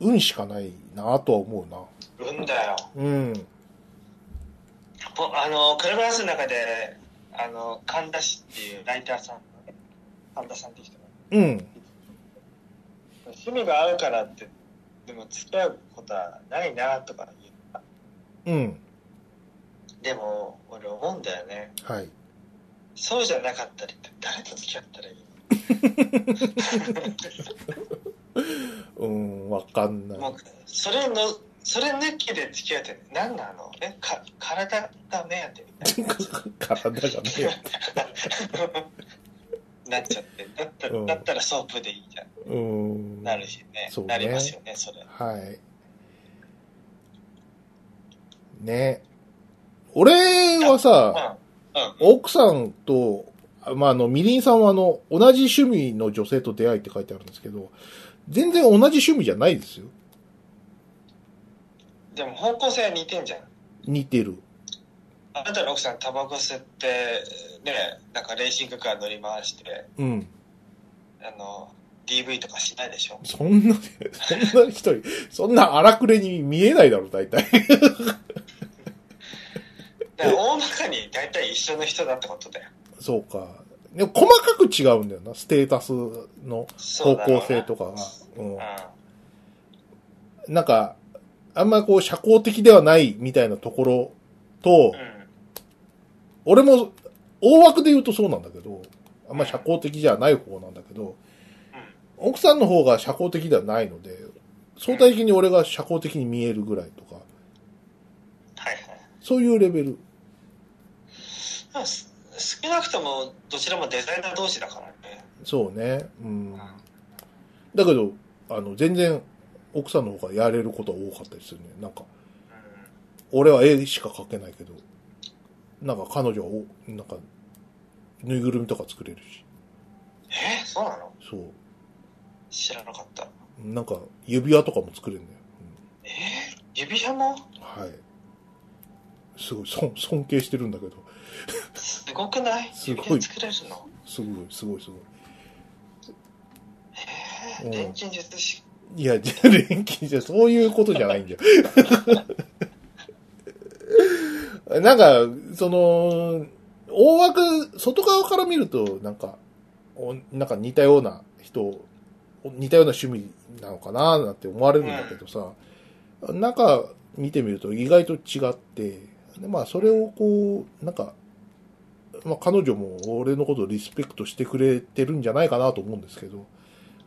B: 運しかないなとは思うな。
A: うん。うんだよ。
B: うん。
A: ぼあの、クラブハウスの中で、あの、神田氏っていうライターさんのね、神田さんって人が、
B: うん。
A: 趣味が合うからって、でも付き合うことはないなとか言った。
B: うん。
A: でも、俺思うんだよね。
B: はい。
A: そうじゃなかったりって、誰と付き合ったらいい
B: うん、わかんない。
A: もうそれのそれ抜きで付き合ってね何なのねか体が目当てみたい
B: 体がね。
A: ななっちゃってだった,、
B: うん
A: だったらソープでいいじゃん
B: うん。
A: なるしね,、
B: そうね
A: なりますよねそれ
B: はい。ね俺は
A: うん
B: さ、
A: うん
B: 奥さんと、あまあ、あの、みりんさんはあの、同じ趣味の女性と出会いって書いてあるんですけど、全然同じ趣味じゃないですよ。
A: でも方向性は似てんじゃん
B: 似てる。
A: あなたの奥さんタバコ吸ってねなんかレーシングカー乗り回して
B: うん。
A: あの DV とかしないでしょ
B: そんな、そんな人、そんな荒くれに見えないだろ、大体。
A: だから大まかに大体一緒の人だってことだよ
B: そうか。でも細かく違うんだよな、ステータスの
A: そ
B: 方
A: うだろう
B: 向
A: な
B: 性とかが。うん
A: うん
B: なんか、あんまこう社交的ではないみたいなところと、
A: うん
B: 俺も大枠で言うとそうなんだけど、あんま社交的じゃない方なんだけど、奥さんの方が社交的ではないので、相対的に俺が社交的に見えるぐらいとか、
A: はいはい
B: そういうレベル。
A: まあす少なくともどちらもデザイナー同士だからね、
B: そうね。うん。だけど、あの、全然奥さんの方がやれることは多かったりするね。なんか、俺は絵しか描けないけど、なんか彼女はお、なんか、ぬいぐるみとか作れるし、
A: えそうなの
B: そう。
A: 知らなかった
B: なんか、指輪とかも作れるんだよ。
A: え指輪も
B: うんはい。すごい、そん尊敬してるんだけど、
A: すごくない
B: す
A: 指
B: ごい
A: 輪作れるの
B: すごい、すごい、すごい。
A: え
B: うん
A: 錬金術師
B: いや、じゃあ錬金じゃ、そういうことじゃないんだよ。なんか、その、大枠、外側から見ると、なんか、おなんか似たような人、お似たような趣味なのかななんて思われるんだけどさ、なんか見てみると意外と違って、でまあそれをこう、なんか、まあ彼女も俺のことをリスペクトしてくれてるんじゃないかなと思うんですけど、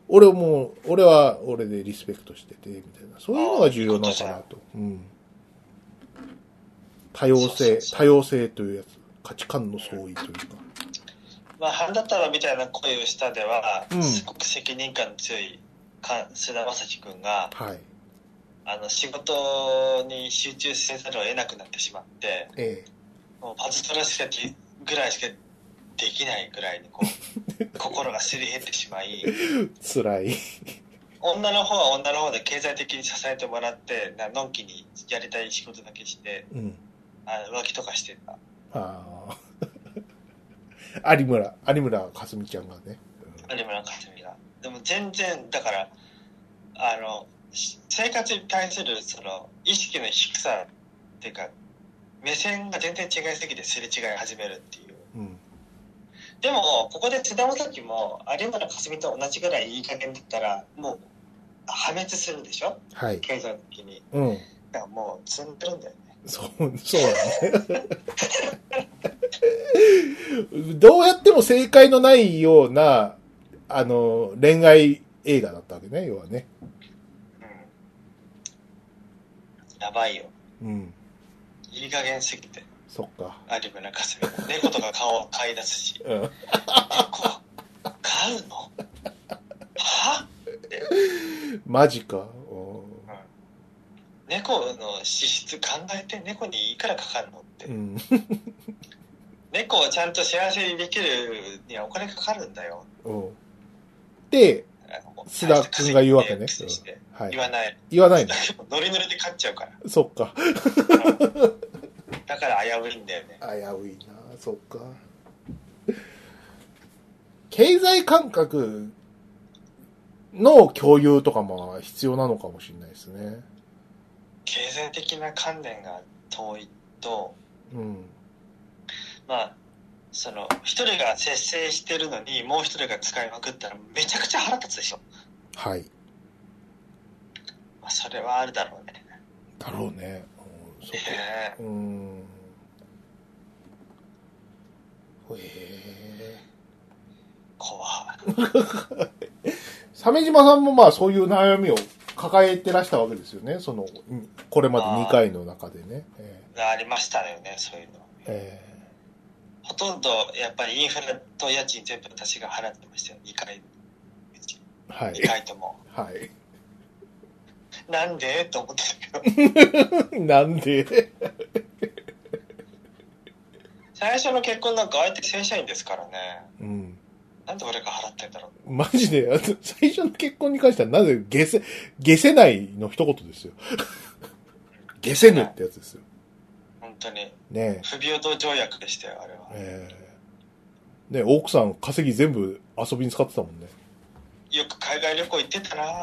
B: 俺も、俺は俺でリスペクトしてて、みたいな。そういうのが重要なのかなと。うん。多様
A: そうそ
B: 性
A: う、そう
B: 多様性というやつ。価値観の相違というか。
A: まあ、ハンダタラみたいな恋をしたでは、
B: うん
A: すごく責任感の強いか菅田将暉君が
B: はい。
A: あの仕事に集中せざるを得なくなってしまって
B: え
A: もうパズドラしかきぐらいしかできないぐらいにこ う心がすり減ってしまい
B: え。辛い。
A: 女の方は女の方で経済的に支えてもらってなのんきにやりたい仕事だけして
B: うん。
A: あ浮気とかしてた
B: ああ。 有村、有村かすみちゃんがね。
A: 有村架純がでも全然だからあのし生活に対するその意識の低さっていうか目線が全然違いすぎてすれ違い始めるっていう
B: うん。
A: でもここで菅田将暉も有村架純と同じぐらいいい加減だったらもう破滅するでしょ
B: はい。
A: 経済的に
B: うん。
A: だからもう積んでるんだよね
B: そう、そうだね。 どうやっても正解のないような、あの、恋愛映画だったわけね、要はね。
A: うんやばいよ
B: うん。
A: いい加減すぎて
B: そっか。
A: 有村架純猫とか顔を飼い出すし
B: うん。
A: 猫飼うのは
B: マジか。お
A: 猫の資質考えて猫にいくらかかるのって、
B: ーうん。
A: 猫をちゃんと幸せにできるにはお金かかるんだよ
B: うん。で、須田君が言うわけね。
A: くせして
B: はい。
A: 言わない
B: 言わないの。
A: ノリノリで飼っちゃうから
B: そっか。
A: だから危ういんだよね
B: 危ういなそっか経済感覚の共有とかも必要なのかもしれないですね
A: 経済的な観念が遠いと
B: うん
A: まあその一人が節制してるのにもう一人が使いまくったらめちゃくちゃ腹立つでしょ、
B: はい
A: まあ、それはあるだろう ね
B: だろうね、うん、そこ
A: ねえ
B: うんへ
A: 怖
B: え鮫島さんもまあそういう悩みを抱えてらしたわけですよねそのうんこれまで2回の中でねえ
A: がありましたよねそういうの
B: えええ
A: ほとんどやっぱりインフラと家賃全部私が払ってましたよ2回うち
B: は
A: 2
B: い
A: 回とも
B: はい
A: なんでと思ってたけど
B: なんで
A: 最初の結婚なんか相手正社員ですからね
B: うん
A: なんで俺が払ってんだろう
B: マジで、あの最初の結婚に関してはなぜ下せ、下せないの一言ですよ。 下せぬってやつですよ。
A: 本当に
B: ね
A: 不平等条約でしたよあれは
B: え。ええねえ奥さん稼ぎ全部遊びに使ってたもんね。
A: よく海外旅行行って たな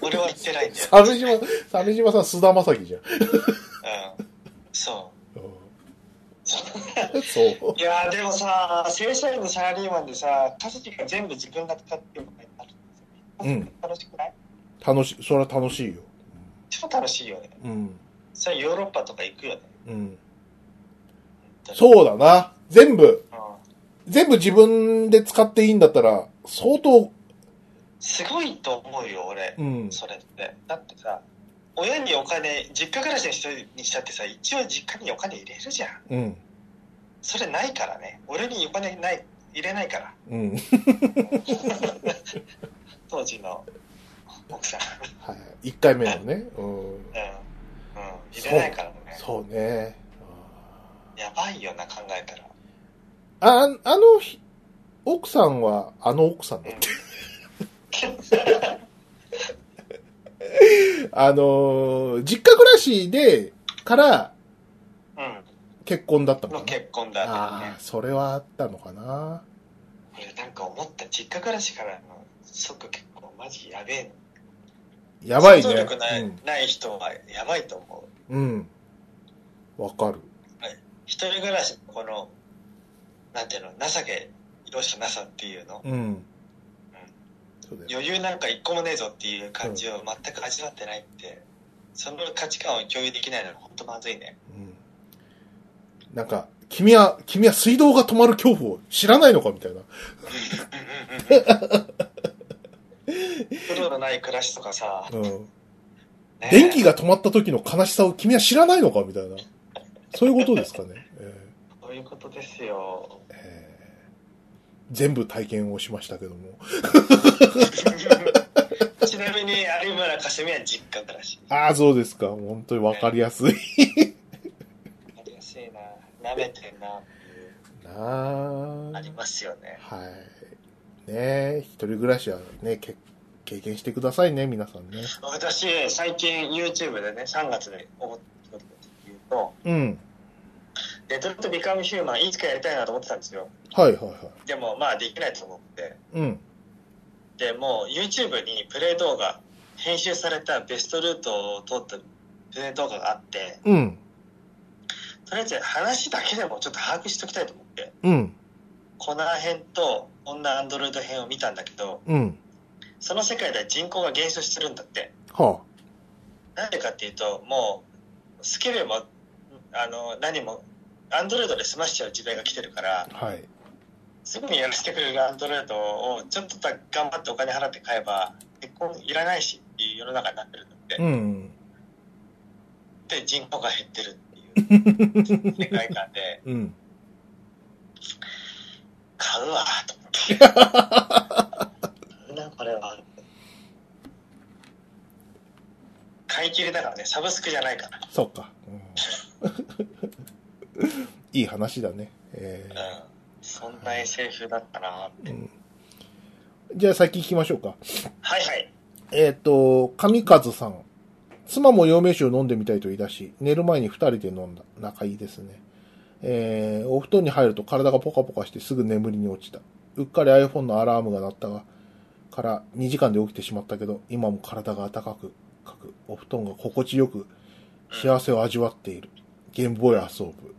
A: 俺は行ってないんだよ
B: 鮫島、鮫島さん菅田将暉じゃん。
A: うんそ
B: うんそう
A: う。いやーでもさ正社員のサラリーマンでさ稼ぎが全部自分が使ってることになる
B: うん
A: 楽しくない
B: 楽し、それは楽しいよ。
A: 超楽しいよね
B: うん。
A: それヨーロッパとか行くよね
B: うん。
A: う、
B: そうだな。全部、
A: うん、
B: 全部自分で使っていいんだったら、相当、
A: すごいと思うよ俺
B: うん。
A: それってだってさ親にお金実家暮らしの人にしたってさ一応実家にお金入れるじゃん
B: うん。
A: それないからね俺にお金ない入れないから
B: うん。
A: 当時の奥さん
B: はい。一回目のね。うん。
A: うん、うん、入れないからね
B: そうね。
A: やばいよな考え たら
B: あ、あのひ、奥さんは、あの奥さんだ。あのー実家暮らしで、から
A: う
B: 結婚だった
A: ん
B: の
A: の
B: かな。
A: 結婚だった
B: あ
A: ね
B: あ、それはあったのかな。
A: 俺なんか思った実家暮らしからの即結婚マジやべえな。
B: やばい
A: 想像
B: ね
A: 力ない,、ない人はやばいと思う。
B: うんうんわかる
A: 一人暮らしのこの、なんていうの、情け、容赦なさっていうの。
B: うんそうだよ
A: 余裕なんか一個もねえぞっていう感じを全く味わってないって、その価値観を共有できないのが本当まずいね。
B: うんなんか君は君は水道が止まる恐怖を知らないのかみたいな
A: プロのない暮らしとかさ、
B: うん
A: ね
B: 電気が止まった時の悲しさを君は知らないのかみたいなそういうことですかね、え
A: そういうことです よ。
B: ーえー全部体験をしましたけども
A: ちなみに有村架純は実家暮らし。
B: ああそうですか本当にわかりやすい
A: ありやすいな。舐めてんな。
B: な
A: あ
B: あ
A: りますよね。
B: はい。ねえ、一人暮らしはね、け経験してくださいね、皆さんね。
A: 私、最近 YouTube でね、3月で思ったこと言うと、
B: うん。
A: レトルトビカムヒューマンいつかやりたいなと思ってたんですよ。
B: はいはいはい。
A: でも、まあ、できないと思って。
B: うん。
A: でもう YouTube にプレイ動画編集されたベストルートを通ったプレイ動画があって
B: うん。
A: とりあえず話だけでもちょっと把握しときたいと思って
B: うん。
A: コナー編と女アンドロイド編を見たんだけど
B: うん。
A: その世界では人口が減少してるんだって
B: は
A: なんでかっていうともうスキルもあの何もアンドロイドで済ましちゃう時代が来てるから
B: あ。はい。
A: すぐにやらせてくれるアンドロイドをちょっとだけ頑張ってお金払って買えば結婚いらないしっていう世の中になってるんだって
B: うん。
A: で人口が減ってるっていう世界観 で
B: うん。
A: 買うわと思って買うなこれは買い切りだからねサブスクじゃないから
B: そっか。うん、 いい話だね。え
A: うんそんな SF だったな
B: ーうん、じゃあ先行きましょうか。
A: はいはい
B: えっ、と、神和さん。妻も陽明酒を飲んでみたいと言い出し、寝る前に二人で飲んだ。仲いいですね。えー、お布団に入ると体がポカポカしてすぐ眠りに落ちた。うっかり iPhone のアラームが鳴ったが、から2時間で起きてしまったけど、今も体が温かく、かくお布団が心地よく、幸せを味わっている。ゲームボーイ遊ぶ。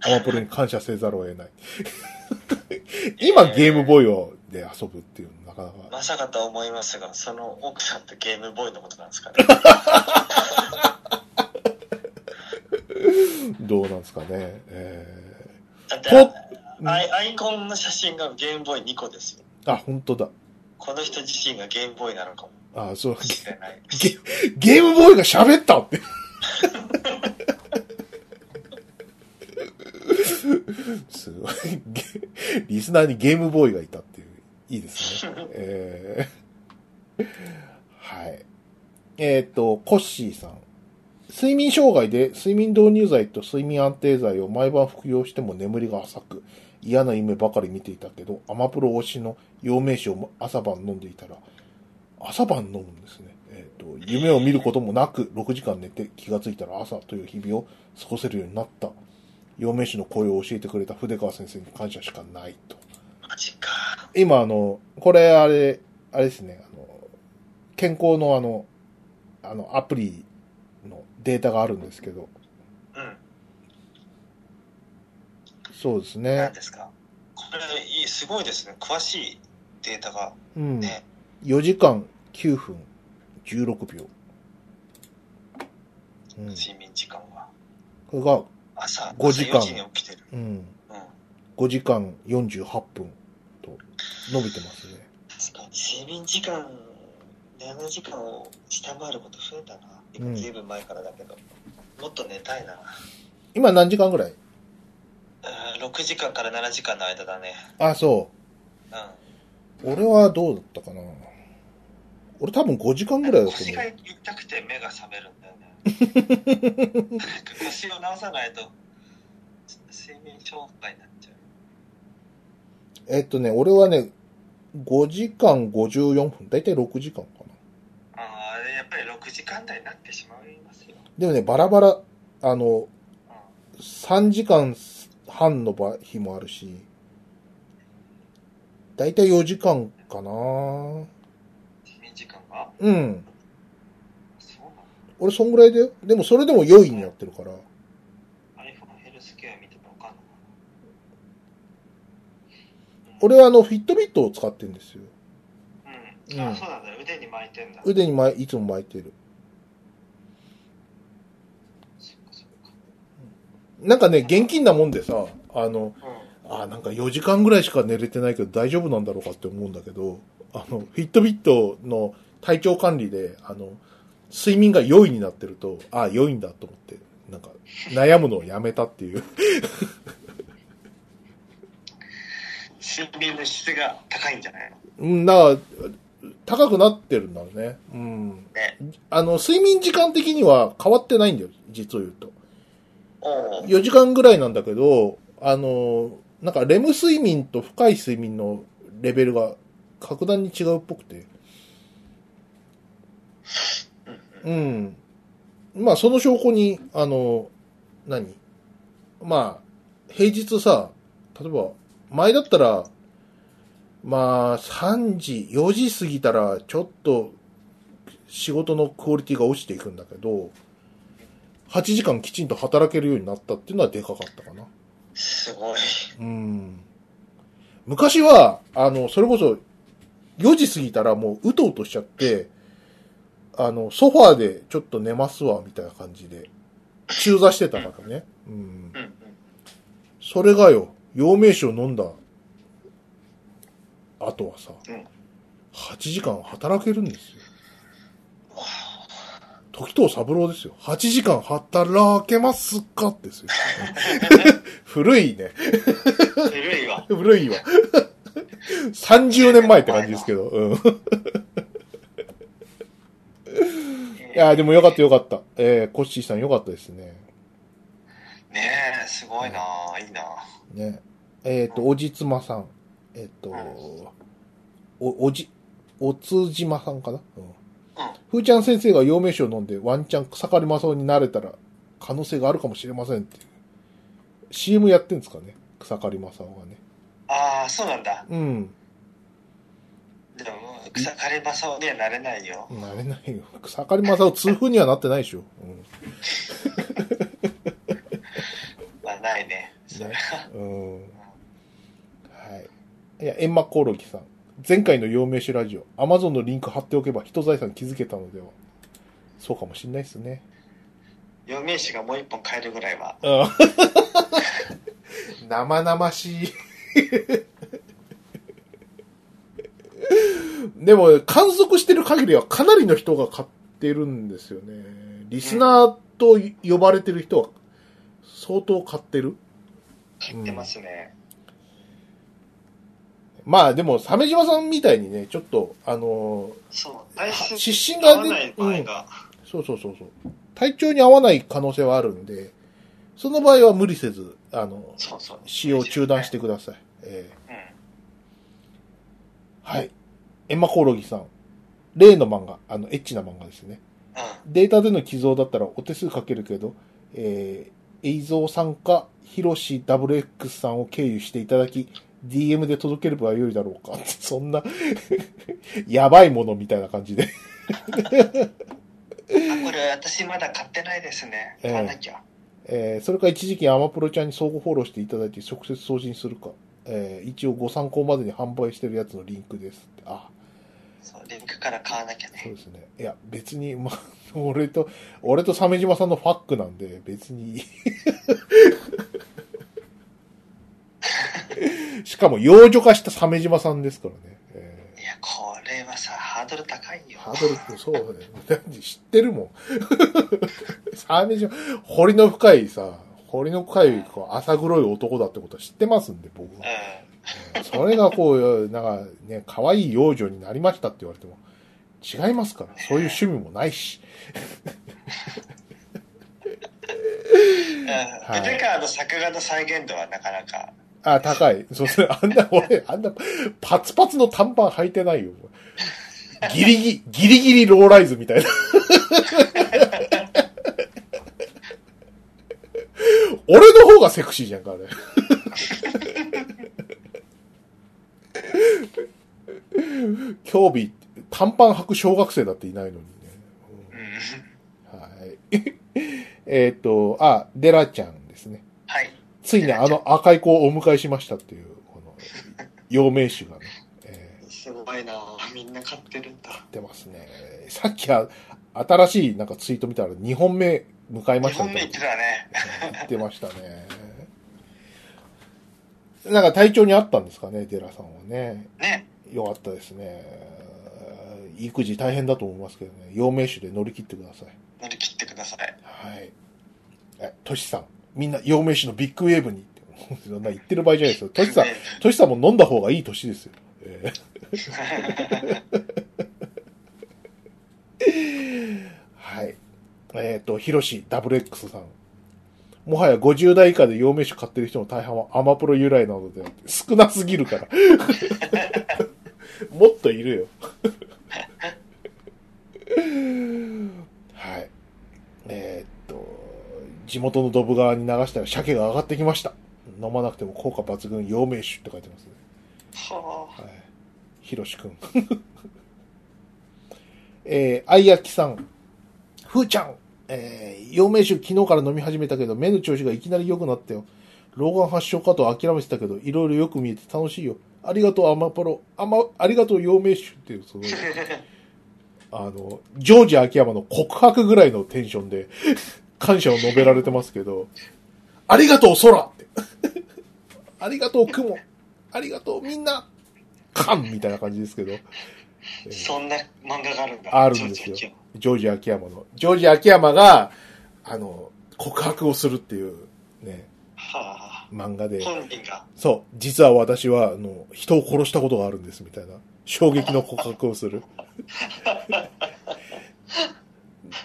B: アマプロに感謝せざるを得ない。 今ゲームボーイをで遊ぶっていうのなかなか。
A: まさかとは思いますがその奥さんとゲームボーイのことなんです かね
B: どうなんですかね。え
A: だって
B: ー、ぽ、うん
A: アイアイコンの写真がゲームボーイ2個ですよ
B: あ、本当だ。
A: この人自身がゲームボーイなのかも
B: あ、そう、
A: しれない
B: ゲ、ゲームボーイが喋ったって。 すごい。ゲリスナーにゲームボーイがいたっていう。いいですね。えーはい。えっ、と、コッシーさん。睡眠障害で睡眠導入剤と睡眠安定剤を毎晩服用しても眠りが浅く、嫌な夢ばかり見ていたけど、アマプロ推しの陽明酒を朝晩飲んでいたら、朝晩飲むんですね。えっ、と、夢を見ることもなく、6時間寝て気がついたら朝という日々を過ごせるようになった。陽明酒の声を教えてくれた筆川先生に感謝しかないと。
A: マジか
B: 今あの、これあれ、あれですね、あの、健康のあの、あの、アプリのデータがあるんですけど、
A: うん
B: そうです
A: なん
B: ね。
A: ですかこれいいすごいですね詳しいデータが
B: うん。
A: ね、
B: 4時間9分16秒。うん。
A: 睡眠時間は
B: これが、
A: 朝
B: 5時間
A: 朝4に起きてる、
B: うん、
A: うん、
B: 5時間48分と伸びてますね。
A: 確かに睡眠時間7時間を下回ること増えたな
B: うん
A: ずいぶん前からだけど、もっと寝たいな
B: 今何時間ぐら
A: う
B: い
A: ん6時間から7時間の間だね
B: あ、そ
A: うん
B: う。俺はどうだったかな。俺多分5時間ぐらいだと
A: 腰
B: 思
A: が
B: う。
A: 痛くて目が覚めるんだよねな んか腰を治さないと睡眠障害になっちゃう
B: えっとね、俺はね、5時間54分。だいたい6時間かな。
A: ああやっぱり6時間台になってしまいますよ、
B: でもね、バラバラ、あの、
A: うん
B: 3時間半の場日もあるし、だいたい4時間かな。
A: 睡眠時か
B: うん。
A: そう
B: 俺そんぐらいだよ。でもそれでも4位になってるから。
A: なの iPhone ヘルスケア見てもわかんのかな
B: 俺はあの、フィットビットを使ってるんですよ。
A: うん、
B: うん
A: あそうなんだ腕に巻いてんだ
B: 腕にまいつも巻いてる。
A: そっかそっ
B: なんかね、現金なもんでさ、あの、
A: かうん
B: あーなんか4時間ぐらいしか寝れてないけど大丈夫なんだろうかって思うんだけど、あの、フィットビットの体調管理で、あの、睡眠が良いになってると、ああ、良いんだと思って、なんか、悩むのをやめたっていう。
A: 睡眠の質が高いんじゃないの
B: うん、だから、高くなってるんだろうね。うん。
A: ね
B: あの、睡眠時間的には変わってないんだよ、実を言うと。
A: おう
B: 4時間ぐらいなんだけど、あの、なんか、レム睡眠と深い睡眠のレベルが格段に違うっぽくて。うん。まあ、その証拠に、あの、何まあ、平日さ、例えば、前だったら、まあ、3時、4時過ぎたら、ちょっと、仕事のクオリティが落ちていくんだけど、8時間きちんと働けるようになったっていうのはでかかったかな。
A: すごい
B: うん。昔は、あの、それこそ、4時過ぎたらもううとうとしちゃって、あの、ソファーでちょっと寝ますわ、みたいな感じで、中座してたからね。うん。
A: うんうん
B: それがよ、陽明酒を飲んだ、あとはさ、
A: うん
B: 8時間働けるんですよ。
A: わ
B: 時藤三郎ですよ。8時間働けますかですよ。古いね。
A: あ古いわ
B: 古いわ。30年前って感じですけど。うん。い
A: い
B: やーでもよかったよかった。えー、コッシーさんよかったですね。
A: ねえすごいなあいいなあ
B: ね。えっ、と、おじつまさん。えっ、と、お、おじ、おつじまさんかなうん。ふーちゃん先生が陽明酒を飲んでワンチャン草刈りまそうになれたら可能性があるかもしれませんっていう。CM やってんですかね草刈りまさおがね。
A: ああそうなんだ
B: うん。
A: でも草刈り場そうにはなれないよ
B: なれないよ。草刈りまさお痛風にはなってないでしょ。うん。
A: まあないねそれ
B: ねうん。はい。いや、エンマコオロギさん。前回の陽明酒ラジオ、アマゾンのリンク貼っておけば人財産築けたのでは。そうかもしんないですね。
A: 余命酒がもう一本買えるぐらいは
B: 生々しい。 でも、観測してる限りはかなりの人が買ってるんですよね。リスナーと呼ばれてる人は相当買ってる。
A: 買ってますね、
B: まあでも、鮫島さんみたいにね、ちょっと、あの
A: そう体
B: ー
A: 質
B: 失神
A: 合
B: が
A: わな
B: 出
A: い場合が、
B: そうそうそうそう。体調に合わない可能性はあるんで、その場合は無理せず、あの、
A: そうそう
B: 使用中断してください。え
A: うん
B: ーはい。エンマコオロギさん。例の漫画、あの、エッチな漫画ですね。
A: う
B: データでの寄贈だったらお手数かけるけど、えー、映像さんか、ヒロシ WX さんを経由していただき、DM で届ければよいだろうか。 そんな、やばいものみたいな感じで。
A: んあこれ私まだ買ってないですね
B: ええ
A: 買わなきゃ、
B: えーそれから一時期アマプロちゃんに相互フォローしていただいて直接送信するか、えー一応ご参考までに販売してるやつのリンクですってあ
A: そうリンクから買わなきゃ
B: そう
A: ね
B: ですねいや別に、まあ、 俺と俺と鮫島さんのファックなんで別に いいしかも幼女化した鮫島さんですからね、え
A: いやこれはさハードル高い
B: ー
A: よ
B: ハードルってそうだねだって知ってるもん 鮫島彫りの深いさ彫りの深いこう浅黒い男だってことは知ってますんで僕は
A: う
B: それがこう、なんかね、可愛い幼女になりましたって言われても、違いますから。そういう趣味もないし。
A: ん、うん、
B: い
A: 筆川の作画の再現度はなかなか
B: あ、高い。 そうそう。あんな、俺、あんな、パツパツの短パン履いてないよ。ギリギリ、ギリギリローライズみたいな。 俺の方がセクシーじゃんか、あれ。興味、短パン履く小学生だっていないのにね。
A: うん。
B: はい。えっと、あ、デラちゃんですね。
A: はい。
B: ついにあの赤い子をお迎えしましたっていう、この、陽明酒がね、え
A: すごいなぁみんな買ってるんだ
B: ー。出ますね。さっきは、新しいなんかツイート見たら2本目迎えま
A: 2
B: した
A: 本
B: み
A: 目行
B: たい
A: っ
B: な
A: てたね。
B: 言ってましたね。なんか体調にあったんですかね、デラさんはね。
A: ね。
B: よかったですね。育児大変だと思いますけどね。陽明酒で乗り切ってください。
A: 乗り切ってください。
B: はい。え、トシさん。みんな、陽明酒のビッグウェーブに。 そんな言ってる場合じゃないですよ。トシさん、トシさんも飲んだ方がいい年ですよ。え ーはい。えっ、と、ヒロシ WX さん。もはや50代以下で陽明酒買ってる人の大半はアマプロ由来なのであって、少なすぎる から。もっといるよ。はい。えーっと、地元のドブ川に流したら鮭が上がってきました。飲まなくても効果抜群、陽明酒って書いてますね。
A: は
B: はい。ひろしくん。 えー、あいやきさん。ふーちゃん。えー、陽明酒昨日から飲み始めたけど、目の調子がいきなり良くなったよ。老眼発症かと諦めてたけど、いろいろよく見えて楽しいよ。ありがとう、アマポロ。あま、ありがとう、陽明酒っていう、その、あの、ジョージ秋山の告白ぐらいのテンションで、感謝を述べられてますけど、ありがとう、空って。 ありがとう、雲。ありがとう、みんな。感みたいな感じですけど、
A: あ。そんな漫画があるんだ。
B: あるんですよ
A: ちょちょちょ
B: ジョージ秋山の。ジョージ秋山が、あの、告白をするっていう、ね、
A: はあ。
B: 漫画で。
A: 本人が。
B: そう、実は私は、あの、人を殺したことがあるんです、みたいな。衝撃の告白をする。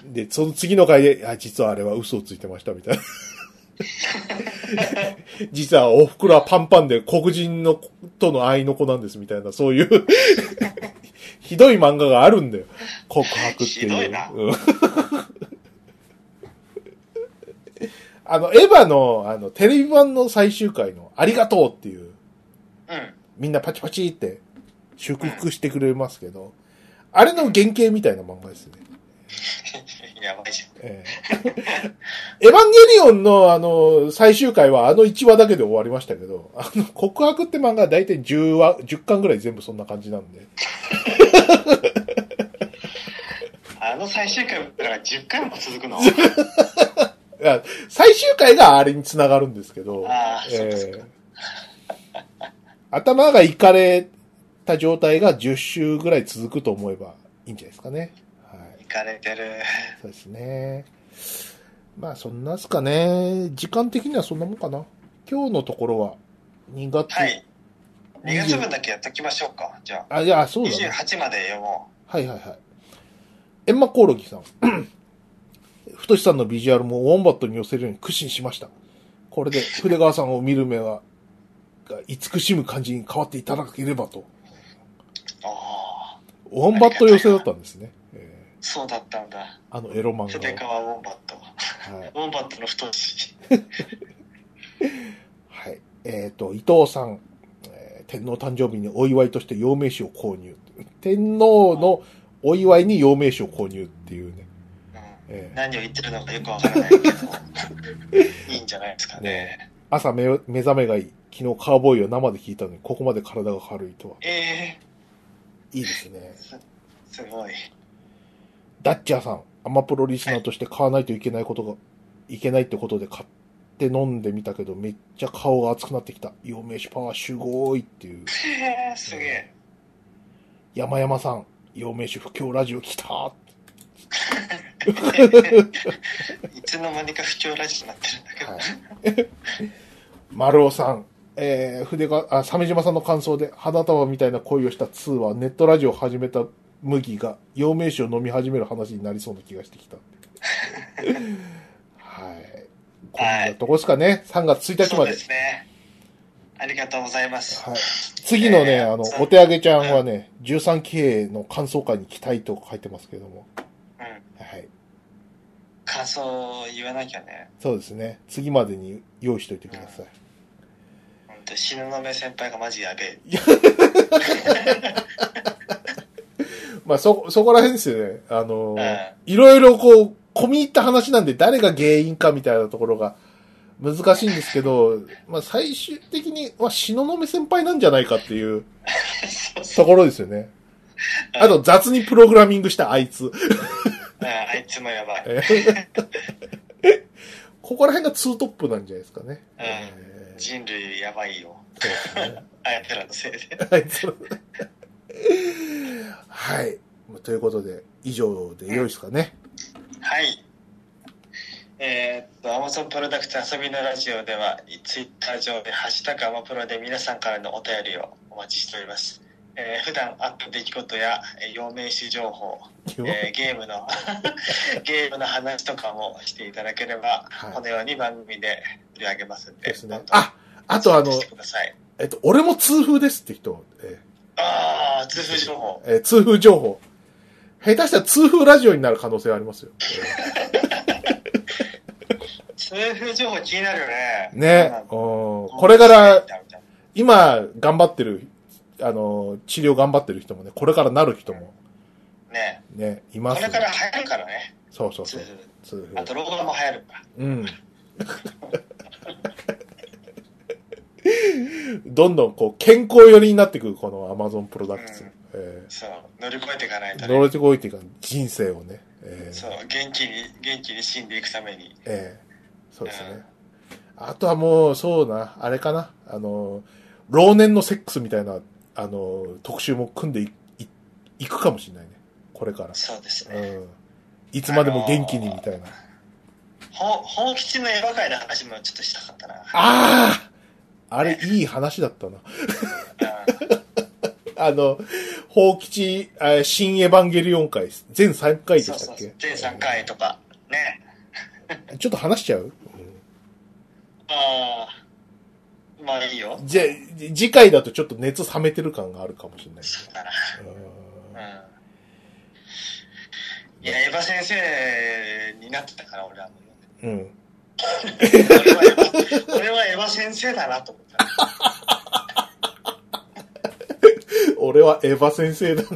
B: で、その次の回で、あ、実はあれは嘘をついてました、みたいな。 実はお袋はパンパンで黒人のとの愛の子なんですみたいな、そういう、 ひどい漫画があるんだよ。告白っていう。
A: ひどいな
B: うん あの、エヴァの、あの、テレビ版の最終回の、ありがとうっていう、
A: うん。
B: みんなパチパチって祝福してくれますけど、あれの原型みたいな漫画ですね。
A: やばいじ
B: え えエヴァンゲリオンのあの、最終回はあの1話だけで終わりましたけど、あの、告白って漫画は大体10話、10巻ぐらい全部そんな感じなんで。
A: ゃん。あの最終回から10回も続くの
B: いや最終回があれに繋がるんですけど、
A: ああそうかそう
B: ええ 頭がいかれた状態が10週ぐらい続くと思えばいいんじゃないですかね。はい。
A: 行かれてる。
B: そうですね。まあそんなっすかね。時間的にはそんなもんかな。今日のところは2月、
A: はい。2月分だけやっときましょうか。じゃあ。
B: あ、いや、そうだね。
A: 28まで読も
B: はいはいはい。エンマコオロギさん。 ふとしさんのビジュアルもウォンバットに寄せるように苦心しました。これで筆川さんを見る目は、が慈しむ感じに変わっていただければと。
A: う。ああ。
B: ウォンバット寄せだったんですね。え
A: そうだったんだ。
B: ーあのエロ漫
A: 筆
B: 画
A: 川ウォンバット。
B: は。はい。
A: ウォンバットの太し。
B: はい。えっ、と、伊藤さん、えー天皇誕生日にお祝いとして陽明酒を購入。天皇のお祝いに陽明酒を購入っていうね。
A: うん
B: えー
A: 何を言ってるのかよくわからない けど。いいんじゃないですかね。
B: 朝目を目覚めがいい。昨日カーボーイを生で聞いたのに、ここまで体が軽いとは。
A: ええ
B: いいですね。
A: すごい。
B: ダッチャーさん、アマプロリスナーとして買わないといけないことが、いけないってことで買って飲んでみたけど、めっちゃ顔が熱くなってきた。陽明酒パワーすごいっていう。
A: ええすげえ。
B: 山山さん、陽明酒不況ラジオ来た。
A: いつの間にか不調ラジオになってるんだけど。
B: はい。 丸尾さん、えー、筆が、あ、鮫島さんの感想で、花束みたいな恋をした2は、ネットラジオを始めた麦が、陽明酒を飲み始める話になりそうな気がして きた。はい。こんなとこですかね。3月1日
A: そ
B: ま
A: う
B: で。
A: ですね。ありがとうございます。
B: はい。次のね、
A: えー
B: あの
A: そ、う
B: お手上げちゃんはね、13期兵の感想会に期待と書いてますけれども。
A: うん。
B: はい。
A: 感想を言わなきゃね。
B: そうですね。次までに用意しといてください。
A: ほんと、東雲先輩がマジやべえ。
B: まあ、そ、そこら辺ですよね。あの、
A: え
B: いろいろこう、込み入った話なんで誰が原因かみたいなところが難しいんですけど、まあ、最終的には東雲先輩なんじゃないかっていう
A: そうそ
B: と
A: う。
B: ころですよね。あと、雑にプログラミングしたあいつ。
A: うんあいつもやばい。
B: えー ここら辺がツートップなんじゃないですかね。
A: うん
B: えーそ
A: 人類やばいよ。
B: うですね
A: あやつらのせいで。
B: はいそうはい。ということで、以上でよいですかね。
A: はい。えーっと、Amazon プロダクツ遊びのラジオでは、ツイッター上で、ハッシュタグアマプロで皆さんからのお便りをお待ちしております。えー普段あった出来事や、えー陽明酒情報、えーゲームの ゲームの話とかもしていただければ、
B: はい
A: このように番組で取り上げますんで、
B: ですね
A: どん。どん
B: あ、あとあの
A: チェッ、クしてください
B: えっと、俺も痛風ですって人、え
A: ああ、通風情報。
B: ーえー痛風情報。下手したら痛風ラジオになる可能性はあ りますよ。
A: 通風情報気になるよね。
B: えーね。うんこれから、今頑張ってる、あの、治療頑張ってる人もね、これからなる人も
A: ね。
B: ね、いま
A: こ
B: す
A: れ
B: ね、
A: から流行るからね。
B: そうそう
A: 通
B: そう。
A: 風。
B: 痛
A: あと、老眼も流行るから。
B: 風。うん。 どんどんこう、健康寄りになってくる、このアマゾンプロダクツ
A: うん。
B: え
A: そう、乗り越えていかない
B: ー、
A: と
B: 乗
A: ね。
B: れてこいっていうか、人生をね。えー
A: そう、元気に、元気に死んでいくために。
B: ええそうですね。あとはもう、そうな、あれかな。あの、老年のセックスみたいな、あの、特集も組んでいいいくかもしれないね。これから。
A: そうです
B: う
A: ね。
B: ん。いつまでも元気にみたいな。
A: ほ本吉のエヴァ界の話もちょっとしたかったな。
B: あああれ、いい話 だったな。
A: うん
B: あの、宝吉、あ新エヴァンゲリオン回、全3回で
A: そう
B: し
A: そ
B: たっ
A: う
B: け
A: そう。全3回とか。ね。
B: ちょっと話しちゃう、
A: ああ、まあいいよ
B: う。んじゃあ、じ次回だとちょっと熱冷めてる感があるかもしれない
A: そうだな。
B: けど。
A: うん。いや、エヴァ先生になってたから、俺はもう。
B: うん。うん
A: 俺は エヴァ俺はエヴァ先生だなと思った。
B: 俺はエヴァ先生だな。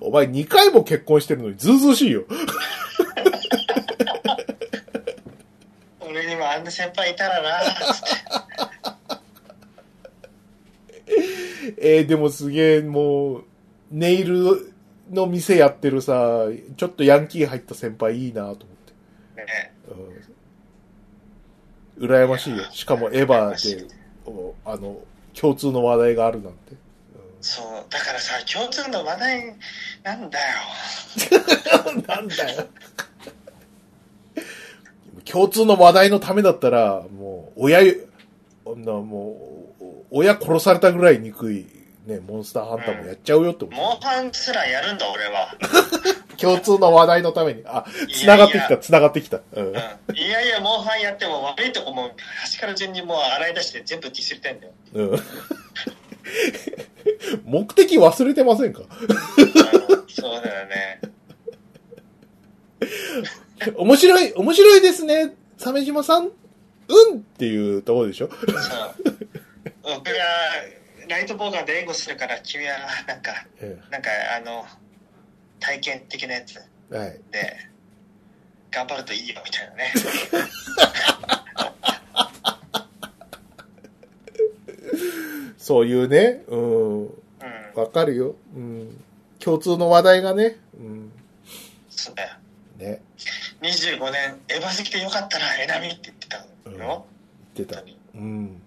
B: お前2回も結婚してるのにずうずうしいよ。
A: 俺にもあんな先輩いたらな、つって。
B: えー、でもすげえもう、ネイルの店やってるさ、ちょっとヤンキー入った先輩いいなと
A: ね、
B: 思って。うん。羨ましいよ。しかもエヴァで、おあの、共通の話題があるなんて。
A: そう、だからさ、共通の話題なんだよ。
B: うんなんだよ。共通の話題のためだったら、もう、親ゆ、なもう、お親殺されたぐらい憎い、ね、モンスターハンターもやっちゃうよって思う。
A: モンハンすらやるんだ、俺は。
B: 共通の話題のために。あ、繋がってきた、繋がってきた。うん。
A: うんいやいや、モンハンやっても悪いとこも端から順にもう洗い出して全部ディスりたいんだよ。
B: うん。 目的忘れてませんか
A: うんそうだよね。
B: 面白い、面白いですね、鮫島さん。うんっていうところでしょ
A: そう。僕がライトボーガンで援護するから、君はなんか、
B: え
A: なんかあの、体験的なやつ
B: えはい。
A: で、頑張るといいよ、みたいなね。
B: そういうね、うん。
A: うん。
B: わかるよ。うん。共通の話題がね。うん。
A: そうだよ。
B: ね。
A: 25年、エヴァ好きでよかったな、エナミって言ってたのよ。
B: 出た
A: 本当。に
B: うん。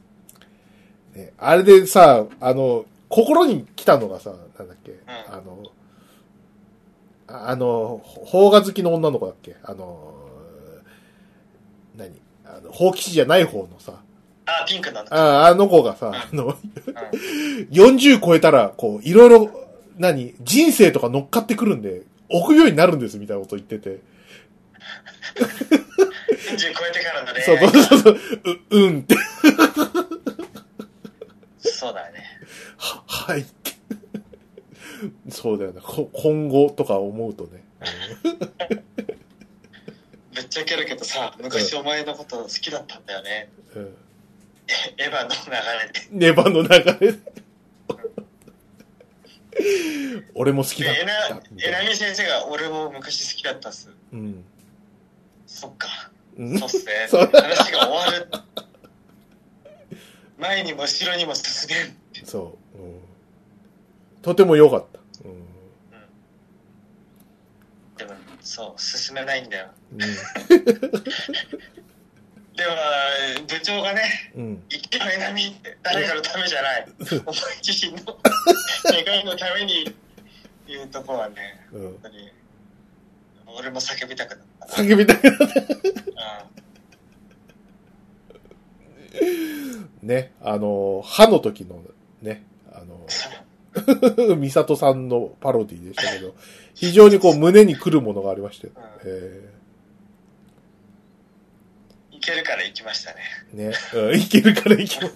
B: ね。あれでさ、あの、心に来たのがさ、なんだっけ。あの、ああの、邦画好きの女の子だっけあの、何あの、放棄士じゃない方のさ、
A: あ、ピンクなんだ。
B: ああの子がさ、あの、
A: うん
B: 40超えたら、こう、いろいろ、何人生とか乗っかってくるんで、臆病になるんです、みたいなこと言ってて。
A: 40超えてからの
B: そう
A: 恋
B: そう
A: 愛
B: そうそう、う、うんって、
A: そうだね。
B: は、はいって。そうだよね。こ今後とか思うとね。
A: ぶっちゃけるけどさ、昔お前のこと好きだったんだよね。
B: うん。
A: エヴァの流れで。
B: ネバの流れ。俺も好きだっ
A: えな
B: た。みた
A: え
B: い
A: な
B: な
A: み先生が俺も昔好きだったっす。
B: うん。
A: そっか。
B: うん
A: そうっすね。
B: そう
A: 話が終わる。前にも後ろにも進めん。
B: そう、うん。とても良かった。うん。
A: でも、そう、進めないんだよ。
B: う
A: では、部長がね、
B: ん。うん。
A: 一挙えなみって誰かのためじゃ ない。お前自身の願いのために言うとこはね、
B: うん
A: 本。当に、俺も叫びたくなったな。
B: 叫びたい
A: うん
B: ね、あの、歯の時のね、あの、ミサトさんのパロディでしたけど、非常にこう胸に来るものがありまして、え
A: いけるから行きましたね。
B: ーね、うんいけるからいける。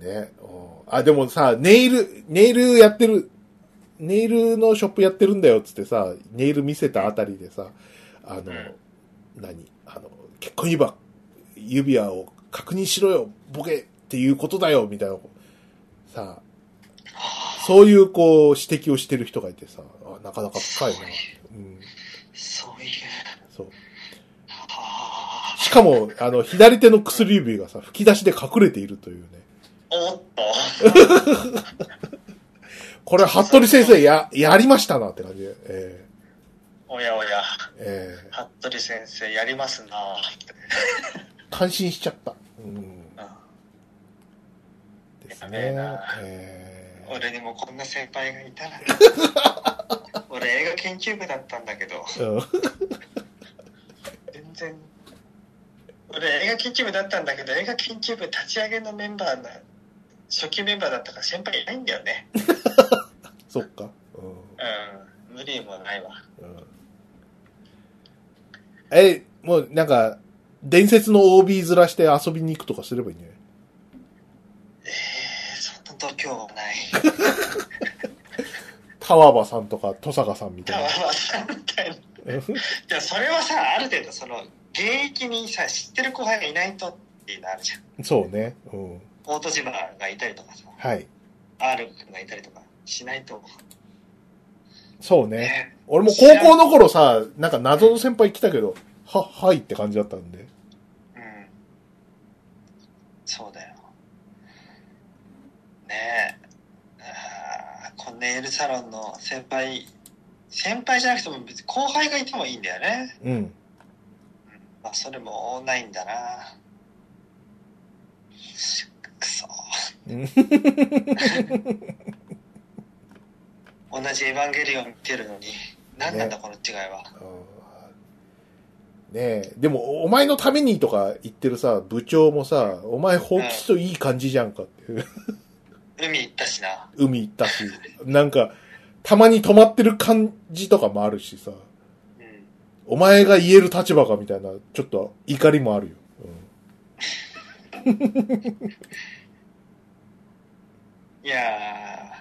B: ね、うんあ、でもさ、ネイル、ネイルやってる、ネイルのショップやってるんだよっつってさ、ネイル見せたあたりでさ、あの、
A: うん
B: 何あの、結婚指輪、指輪を確認しろよ、ボケっていうことだよ、みたいな。さそういうこう指摘をしてる人がいてさ、あなかなか深いな。うん、
A: そういう。
B: そう。
A: はあ
B: しかも、あの、左手の薬指がさ、吹き出しで隠れているというね。
A: おっと。
B: これ、服部先生、や、やりましたなって感じで。え
A: おやおや、
B: ー、え
A: 服部先生やりますなぁって。
B: ー、感心しちゃった。うん。
A: う
B: です
A: やべえ
B: ね
A: な。
B: え
A: ん、
B: ー
A: 俺にもこんな先輩がいたら。俺映画研究部だったんだけど、
B: うん
A: 全然。俺映画研究部だったんだけど、映画研究部立ち上げのメンバーな、初期メンバーだったから先輩いないんだよね。
B: そっか。
A: うん、無理もないわ。
B: うん。うん。え、もう、なんか、伝説の OB ずらして遊びに行くとかすればいいんじゃない
A: えー、そんな度胸はない。
B: タワバさんとか、トサカさんみ た
A: タ
B: い
A: ワ
B: な。
A: ーマンさんみたいな。
B: うん
A: でもそれはさ、ある程度、その、現役にさ、知ってる後輩がいないとっていうのあるじゃん。
B: そうね。うん。
A: 大戸島がいたりとかさ、
B: はい。
A: R 君がいたりとかしないと。
B: そうね。
A: ね。
B: 俺も高校の頃さ、なんか謎の先輩来たけど、は、はいって感じだったんで。
A: うん。そうだよ。ねえ。あーこのネイルサロンの先輩、先輩じゃなくても別に後輩がいてもいいんだよね。
B: うん。
A: うんまあ、それもないんだな。くそ。同じエヴァンゲリオン見てるのに、何なんだこの違いは。
B: ねえ、でも、お前のためにとか言ってるさ、部長もさ、お前放棄しといい感じじゃんかっていう。
A: 海行ったしな。
B: 海行ったし、なんか、たまに止まってる感じとかもあるしさ、
A: うん。
B: お前が言える立場かみたいな、ちょっと怒りもあるよ。
A: いや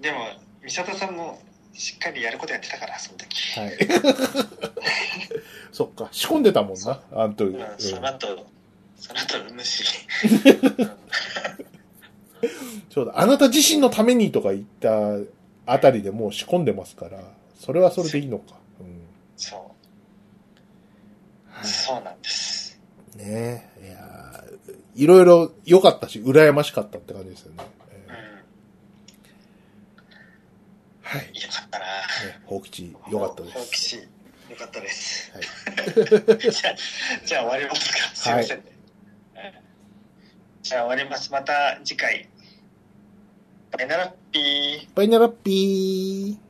A: ー、でも、美里さんもしっかりやることやってたから、その時。
B: うん、はい。 そっか、仕込んでたもん
A: そ
B: な、あの時。
A: うん、その後、その後、無視。
B: そうだ、あなた自身のためにとか言ったあたりでもう仕込んでますから、それはそれでいいのか。うん。
A: そ
B: は
A: う、そうなんです。
B: い。ねえ、いやーいろいろ良かったし、羨ましかったって感じですよね。え
A: うん
B: ー、はい。ね、
A: よかったな。
B: 宝吉、良かったで
A: 好奇
B: す。
A: 心、よかったです。
B: は
A: じゃあ、じゃあ終わりますか。すいませんね。うんじゃあ終わります。また次回。バイナラッピー。
B: バイナラッピー。